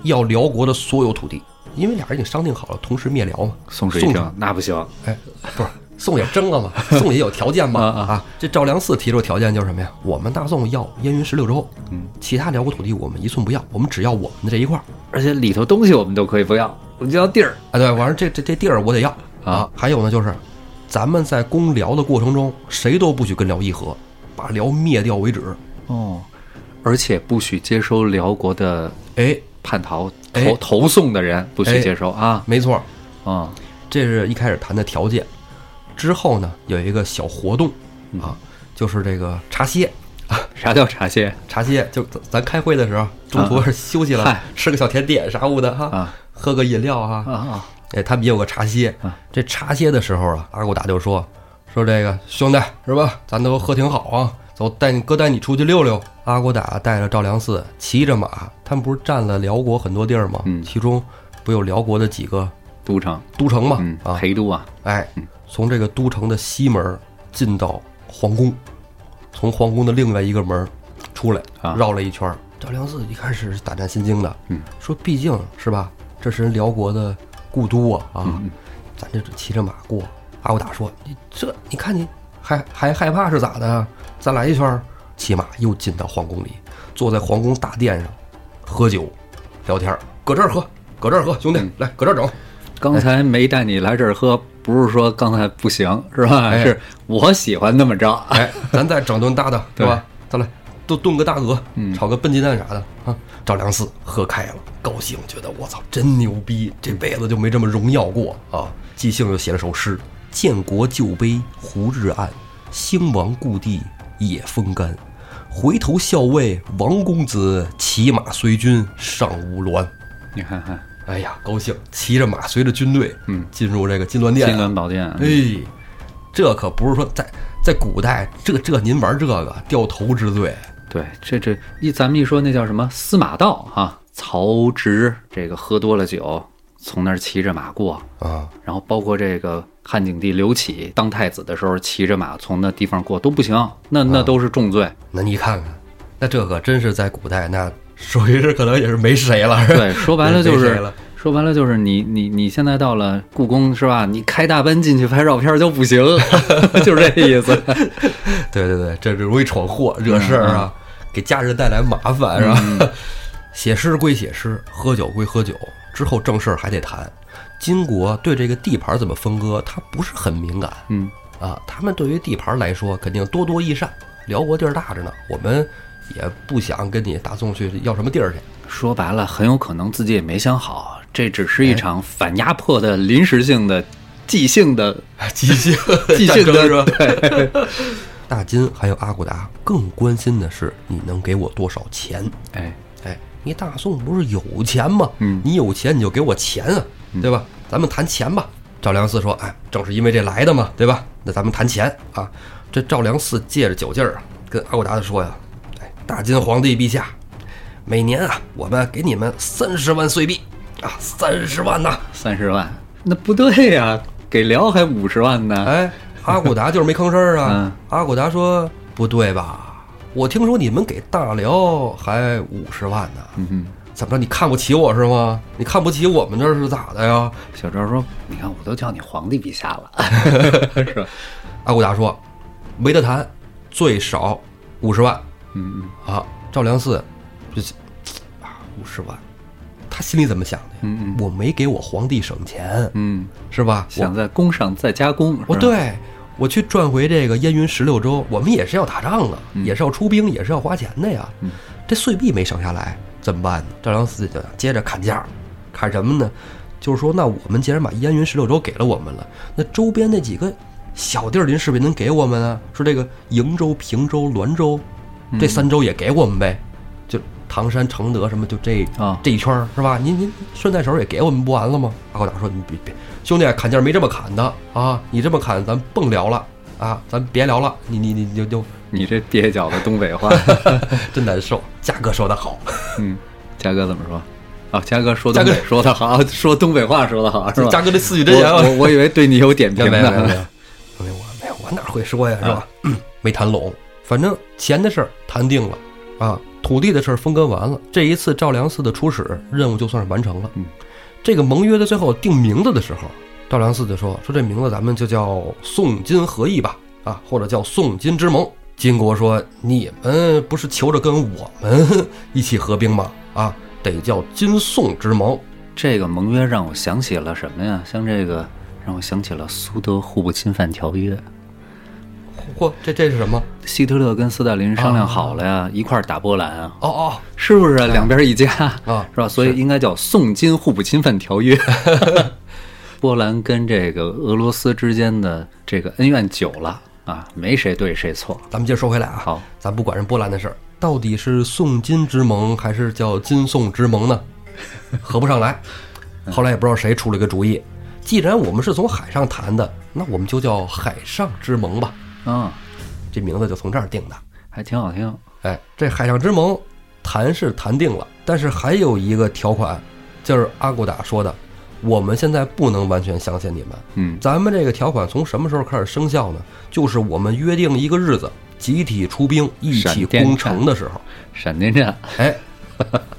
要辽国的所有土地，因为俩人已经商定好了，同时灭辽嘛。
宋氏一
宋
听那不行，
哎，不是宋也争 了嘛，宋也有条件嘛
啊
啊！这赵良嗣提出条件就是什么呀？我们大宋要燕云十六州，嗯，其他辽国土地我们一寸不要，我们只要我们的这一块儿。
而且里头东西我们都可以不要，我们就要地儿。
啊，对，完了这这这地儿我得要
啊。
还有呢，就是咱们在攻辽的过程中，谁都不许跟辽议和，把辽灭掉为止。
哦，而且不许接收辽国的
哎，
叛逃
哎
投投送的人不去
哎
接收啊
没错，
啊
这是一开始谈的条件。之后呢，有一个小活动
嗯
啊，就是这个茶歇。
啥叫茶歇
茶歇就咱咱开会的时候，中途是休息了，
啊嗨
吃个小甜点啥物的哈，
啊
喝个饮料哈，
啊啊
哎，他们也有个茶歇。
啊
这茶歇的时候啊，阿古达就说说这个兄弟是吧？咱都喝挺好啊，走，带你哥带你出去溜溜。阿古达带着赵良嗣骑着马，他们不是占了辽国很多地儿吗？
嗯
其中不有辽国的几个
都城
都城嘛？
嗯
啊，
陪都啊
哎，从这个都城的西门进到皇宫，从皇宫的另外一个门出来，
啊
绕了一圈儿。赵良嗣一开始是胆战心惊的，
嗯
说毕竟是吧，这是人辽国的故都啊啊，
嗯
咱这骑着马过。阿骨打说：“你这，你看你还还害怕是咋的啊？咱来一圈儿。”骑马又进到皇宫里，坐在皇宫大殿上喝酒聊天儿，搁这儿喝，搁这儿喝，兄
嗯
弟、来搁这儿整。
刚才没带你来这儿喝，不是说刚才不行是吧？
哎
是我喜欢那么着。
哎， 咱再整顿大的，对嗯吧？咱来都炖个大鹅，炒个笨鸡蛋啥的啊。赵良嗣喝开了，高兴，觉得我操真牛逼，这辈子就没这么荣耀过啊！即兴又写了首诗：“建国旧碑胡日暗，兴亡故地也风干。回头校尉王公子，骑马随军上乌峦。”
你看 看
哎呀，高兴，骑着马随着军队，
嗯，
进入这个金銮殿啊。
金銮宝剑，
哎，这可不是说在在古代，这这您玩这个掉头之罪。
对，这这一咱们一说那叫什么司马道哈、曹植这个喝多了酒，从那儿骑着马过，
啊，
然后包括这个汉景帝刘启当太子的时候，骑着马从那地方过都不行，那
啊
那都是重 罪。
那你看看，那这可真是在古代，那属于是可能也是没谁了。是吧
对，说白了就
没谁
是
了。
说白了就是你你你现在到了故宫是吧？你开大奔进去拍照片就不行， 就是这意思。
对对对，这就容易闯祸惹事儿啊，给家人带来麻烦是吧？ 写诗归写诗，喝酒归喝酒，之后正事儿还得谈。金国对这个地盘怎么分割，他不是很敏感，
嗯
啊，他们对于地盘来说肯定多多益善。辽国地儿大着呢，我们也不想跟你大宋去要什么地 儿去。
说白了，很有可能自己也没想好，这只是一场反压迫的临时性的、即兴的、
即 兴
即兴的
是吧？
对，
大金还有阿骨达更关心的是你能给我多少钱。
哎，
哎，你大宋不是有钱吗？
嗯
你有钱你就给我钱啊，对吧？咱们谈钱吧。赵良嗣说：“哎，正是因为这来的嘛，对吧？那咱们谈钱啊。”这赵良嗣借着酒劲儿啊，跟阿骨达的说呀：“哎，大金皇帝陛下，每年啊，我们给你们三十万碎币啊，三十万呐、
三十万，那不对呀、给辽还五十万呢。
哎，阿骨达就是没吭声儿啊
嗯。
阿骨达说：“不对吧？我听说你们给大辽还五十万呢。
嗯哼，
怎么着？你看不起我是吗？你看不起我们这是咋的呀？
小赵说：“你看，我都叫你皇帝陛下了， 是吧？
阿骨达说，没得谈，最少五十万
嗯，嗯
啊！赵良嗣，就是啊，五十万，他心里怎么想的呀？
嗯
我没给我皇帝省钱，
嗯，
是吧？我
想在工上再加工，是吧
我对我去赚回这个燕云十六州，我们也是要打仗的，也是要出兵，也是要花钱的呀。这碎币没省下来怎么办呢？赵良嗣就接着砍价，砍什么呢？就是说，那我们既然把燕云十六州给了我们了，那周边那几个小地儿您是不是也能给我们啊？说这个瀛州、平州、滦州，这三州也给我们呗，就唐山、承德什么，就这
啊
这一圈儿是吧？您您顺带手也给我们不完了吗？阿骨打说：“你别别，兄弟，啊砍价没这么砍的啊！你这么砍，咱甭聊了啊，咱别聊了，你你你你就就
你这蹩脚的东北话，
真难受。”价格说的好，
嗯，嘉哥怎么说？啊，嘉哥说
嘉
东
哥
北说的好，说东北话说的好，是吧？
嘉哥这四句真言啊
我 我我以为对你有点评
没有没有没有，
呢。
没有哎我没有我哪会说呀，是吧？
啊
没谈拢，反正钱的事儿谈定了啊，土地的事儿分割完了。这一次赵良嗣的出使任务就算是完成了。
嗯，
这个盟约的最后定名字的时候，赵良嗣就说：“说这名字咱们就叫宋金合议吧，啊，或者叫宋金之盟。”金国说：“你们不是求着跟我们 一起合兵吗？啊，得叫金宋之盟。”
这个盟约让我想起了什么呀？像这个让我想起了苏德互不侵犯条约。
嚯，这这是什么？
希特勒跟斯大林商量好了呀，一块儿打波兰啊，
哦哦，
是不是啊？两边一家
啊
是吧？所以应该叫宋金互不侵犯条 约。波兰跟这个俄罗斯之间的这个恩怨久了啊，没谁对谁错。
咱们接着说回来啊，
好，
咱不管人波兰的事儿，到底是宋金之盟还是叫金宋之盟呢？合不上来。后来也不知道谁出了个主意，既然我们是从海上谈的，那我们就叫海上之盟吧。
嗯，
这名字就从这儿定的。
还挺好听。
哎，这海上之盟谈是谈定了，但是还有一个条款，就是阿古达说的，我们现在不能完全相信你们。
嗯
咱们这个条款从什么时候开始生效呢？就是我们约定一个日子，集体出兵，一起
闪电
攻城的时 候。
闪电战，
哎，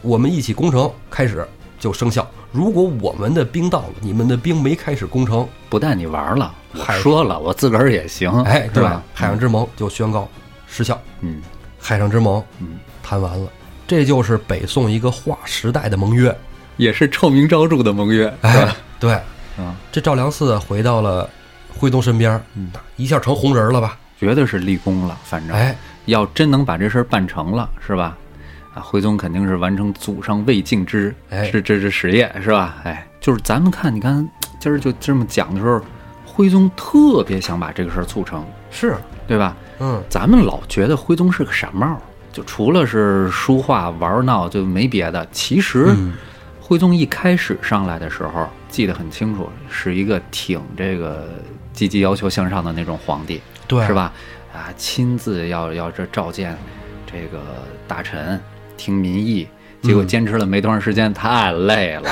我们一起攻城开始就生效。如果我们的兵到了，你们的兵没开始攻城，
不带你玩了，我
嗨
说了，我自个儿也行，
哎，
是
对
吧？
海上之盟就宣告失效。
嗯
海上之盟
嗯，
谈完了，这就是北宋一个划时代的盟 约。
也是臭名昭著的盟约，是
哎
吧？，
对，
嗯，
这赵良嗣回到了徽宗身边，
嗯
一下成红人了吧？
绝对是立功了，反正。
哎，
要真能把这事儿办成了，是吧？啊，徽宗肯定是完成祖上未竟之
哎
这这这实业，是吧？哎，就是咱们看，你看今儿就这么讲的时候，徽宗特别想把这个事儿促成，
是，
对吧？
嗯，
咱们老觉得徽宗是个傻帽儿，就除了是书画玩闹就没别的。其实，
嗯
徽宗一开始上来的时候，记得很清楚，是一个挺这个积极要求向上的那种皇帝，
对，
是？吧？啊，亲自要要这召见这个大臣，听民意。结
嗯
果坚持了没多长时间，太累了，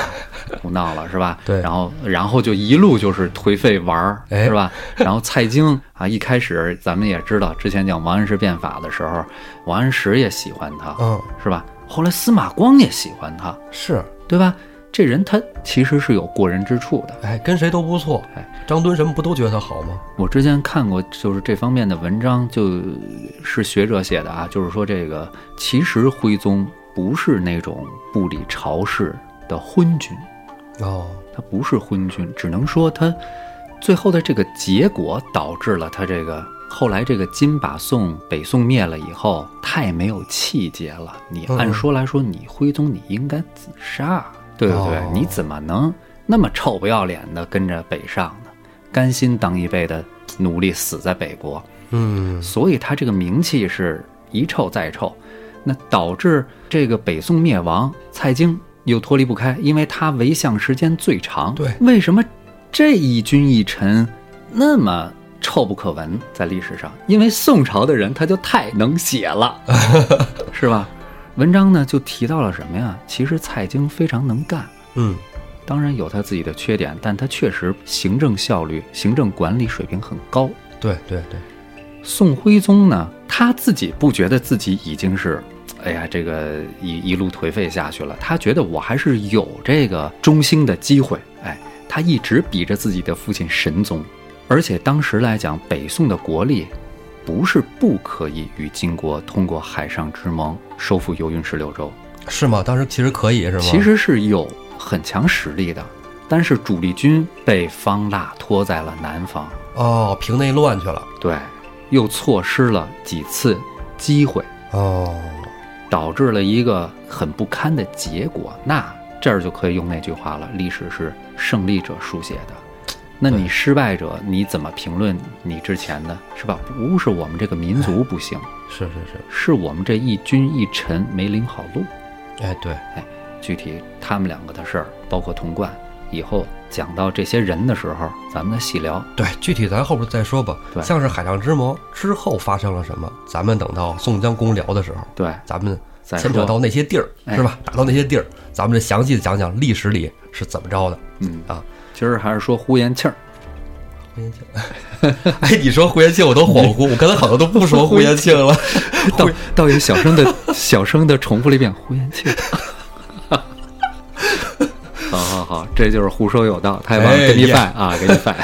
胡闹了是吧？
对
然后然后就一路就是颓废玩儿，
哎
是吧？然后蔡京啊，一开始咱们也知道，之前讲王安石变法的时候，王安石也喜欢他，
嗯，
是吧？后来司马光也喜欢他，
是，
对吧？这人他其实是有过人之处的。
哎，跟谁都不错。
哎
张敦什么不都觉得他好吗？
我之前看过，就是这方面的文章，就是学者写的啊，就是说这个其实徽宗不是那种不理朝事的昏君，
哦，
他不是昏君，只能说他最后的这个结果导致了他这个后来这个金把宋北宋灭了以后太没有气节了。你
嗯
按说来说，你徽宗你应该自杀，对不对
哦？
你怎么能那么臭不要脸的跟着北上呢？甘心当一辈的奴隶死在北国，
嗯，
所以他这个名气是一臭再臭，那导致这个北宋灭亡，蔡京又脱离不开，因为他为相时间最长。
对
为什么这一君一臣那么臭不可闻在历史上？因为宋朝的人他就太能写了，是吧？文章呢就提到了什么呀？其实蔡京非常能干，
嗯，
当然有他自己的缺点，但他确实行政效率、行政管理水平很高。
对对对，
宋徽宗呢，他自己不觉得自己已经是，哎呀，这个一一路颓废下去了。他觉得我还是有这个中兴的机会。哎，他一直比着自己的父亲神宗，而且当时来讲，北宋的国力不是不可以与金国通过海上之盟收复游云十六州，
是吗？当时其实可以是吗？
其实是有很强实力的。但是主力军被方腊拖在了南方，
哦，平内乱去了。
对，又错失了几次机会。
哦，
导致了一个很不堪的结果。那这儿就可以用那句话了：历史是胜利者书写的。那你失败者，你怎么评论你之前的是吧？不是我们这个民族不 行，
是是是，
是我们这一君一臣没领好路。
哎，对，
具体他们两个的事儿，包括童贯，以后讲到这些人的时候，咱们再细聊。
对，具体咱后边再说吧。
对
像是海上之盟之后发生了什么，咱们等到宋江公聊的时候，
对，
咱们
再
牵扯
说，
到那些地儿，
哎
是吧？打到那些地儿，咱们详细的讲讲历史里是怎么着的
嗯，
啊。
今儿还是说呼延庆儿，
呼延庆， 哎，你说呼延庆，我都恍惚，我刚才好像都不说呼延庆了。
倒倒也小声 的小声的重复了一遍胡延庆。好好好，这就是胡说有道，太棒了，
哎
给你
呀哎
犯啊，给你 犯。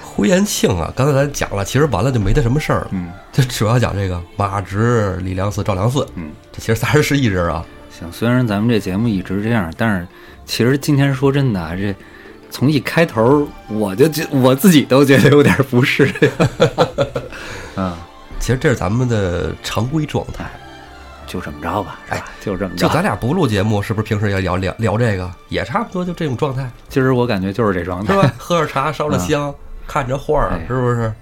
呼延庆啊，刚才咱讲了，其实完了就没他什么事儿了，
嗯，
就主要讲这个马直、李良嗣、赵良嗣，
嗯，
这其实仨人是一人啊，
行，虽然咱们这节目一直这样，但是其实今天说真的啊，这 从一开头我就觉我自己都觉得有点不适。嗯，
其实这是咱们的常规状态。
哎就这么着吧，是吧？就这么
哎就
着。
咱俩不录节目，是不是平时也聊聊聊这个，也差不多就这种状态，
今儿我感觉就是这状
是
态，
吧？ 喝着茶，烧着香，看着画儿
嗯哎，
是不是？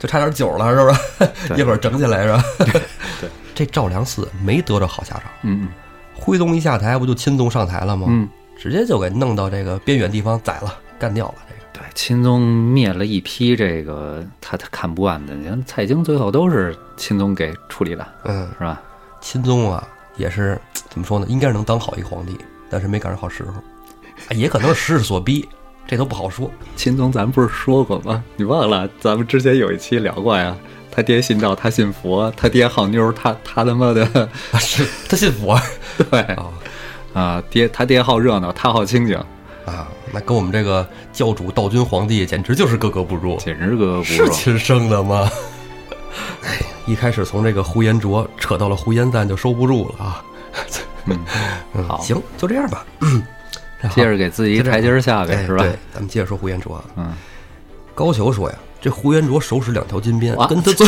就差点酒了，是不是？
对
一会儿整起来是吧？
对，
这赵良嗣没得着好下场，
嗯
徽宗一下台，不就亲宗上台了吗？
嗯，
直接就给弄到这个边远地方宰了，干掉了这个。
对，钦宗灭了一批这个他他看不惯的，你看蔡京最后都是钦宗给处理的，
嗯，
是吧？
钦宗啊，也是怎么说呢？应该是能当好一皇帝，但是没赶上好时候，啊也可能是时势所逼，这都不好说。
钦宗咱不是说过吗？你忘了？咱们之前有一期聊过呀。他爹信道，他信佛；他爹好妞，他他他妈的，
啊是他信佛
对
啊
啊，爹他爹好热闹，他好清静，
啊，那跟我们这个教主道君皇帝简直就是格格不入，
简直格格不
是
入。
亲生的吗？ 哎，一开始从这个呼延灼扯到了呼延赞，就收不住了啊。
嗯，
嗯
好
行，就这样吧。
接着给自己一台阶儿下
哎
呗，是吧？
对，咱们接着说呼延灼啊。
嗯，
高俅说呀，这呼延灼手使两条金鞭
哇，
跟他 做，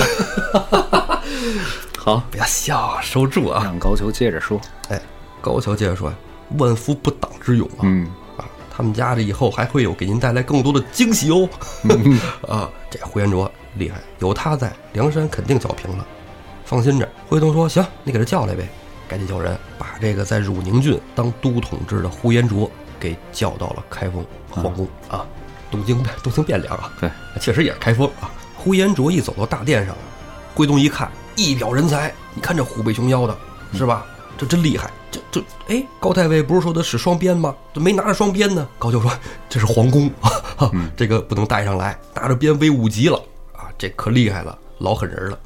好
不要笑，收住啊！
让高俅接着说。
哎，高俅接着说呀，万夫不挡之勇啊！
嗯，
啊，他们家这以后还会有给您带来更多的惊喜哦。啊，这呼延灼厉害，有他在，梁山肯定剿平了。放心着，徽宗说行，你给他叫来呗。赶紧叫人把这个在汝宁郡当都统制的呼延灼给叫到了开封皇宫、啊，东京 东京汴梁啊，
对，
确实也是开封啊。呼延灼一走到大殿上，徽宗一看，一表人才，你看这虎背熊腰的，是吧？这真厉害！这这，哎，高太尉不是说他使双鞭吗？怎么没拿着双鞭呢？高俅说：“这是皇宫， 哈哈，这个不能带上来，拿着鞭威武极了啊！这可厉害了，老狠人了。”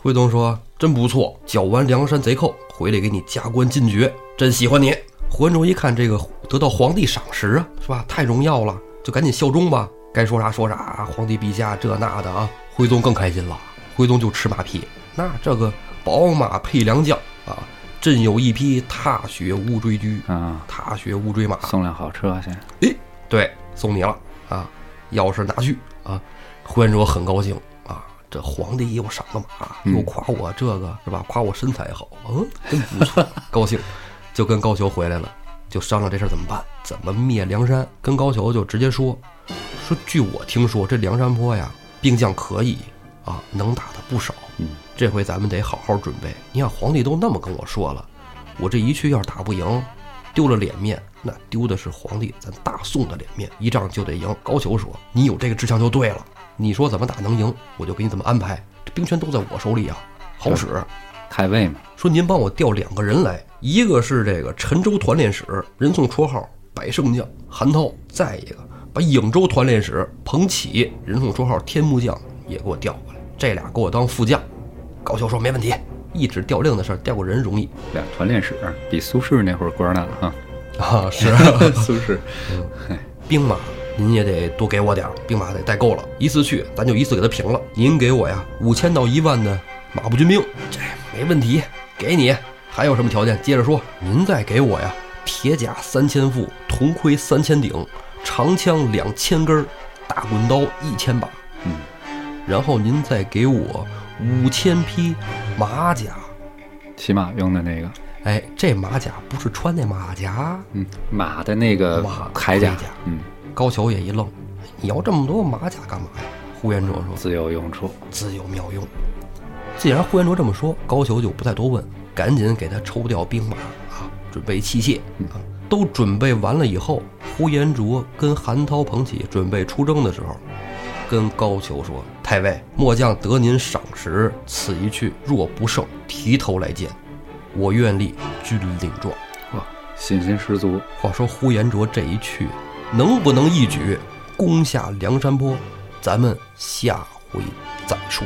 徽宗说：“真不错，剿完梁山贼寇，回来给你加官进爵，真喜欢你。”胡延灼一看这个得到皇帝赏识啊，是吧？太荣耀了，就赶紧效忠吧，该说啥说啥啊，皇帝陛下这那的啊。徽宗更开心了，徽宗就吃马屁，那这个宝马配良将啊，朕有一匹踏雪乌骓驹，
啊，
踏雪乌骓马，
送辆好车去。
哎，对，送你了啊，钥匙拿去啊。胡延灼很高兴啊，这皇帝又赏个马，又夸我这个是吧？夸我身材好，嗯，真不错，高兴，就跟高俅回来了，就商量这事儿怎么办，怎么灭梁山。跟高俅就直接说，说据我听说，这梁山泊呀，兵将可以啊，能打的不少。
嗯，
这回咱们得好好准备。你看皇帝都那么跟我说了，我这一去要是打不赢，丢了脸面，那丢的是皇帝咱大宋的脸面。一仗就得赢。高俅说：“你有这个志向就对了，你说怎么打能赢，我就给你怎么安排。这兵权都在我手里啊，好使。
太尉嘛，
说您帮我调两个人来，一个是这个陈州团练使，人送绰号“百胜将”韩涛；再一个把颍州团练使彭启，人送绰号“天目将”也给我调过来，这俩给我当副将。高俅说没问题，一纸调令的事儿，调个人容易
俩团练使比苏轼那会儿官大啊。
啊。是
苏轼，
兵马您也得多给我点儿，兵马得带够了，一次去咱就一次给他平了。您给我呀五千到一万的马步军兵，这没问题，给你。还有什么条件？接着说，您再给我呀铁甲三千副，铜盔三千顶，长枪两千根儿，大滚刀一千把。
嗯，
然后您再给我五千匹马甲。
骑马用的那个，
哎，这马甲不是穿那马甲，
嗯，马的那个
马
铠甲
盔甲，
嗯，
高俅也一愣，你要这么多马甲干嘛呀？呼延灼说
自有用处。
自有妙用。既然呼延灼这么说，高俅就不再多问，赶紧给他抽调兵马啊，准备器械啊。都准备完了以后，呼延灼跟韩涛、彭起准备出征的时候，跟高俅说：“太尉，末将得您赏识，此一去若不胜，提头来见，我愿立军令状。”
哇，信心十足。
话说呼延灼这一去，能不能一举攻下梁山泊？咱们下回再说。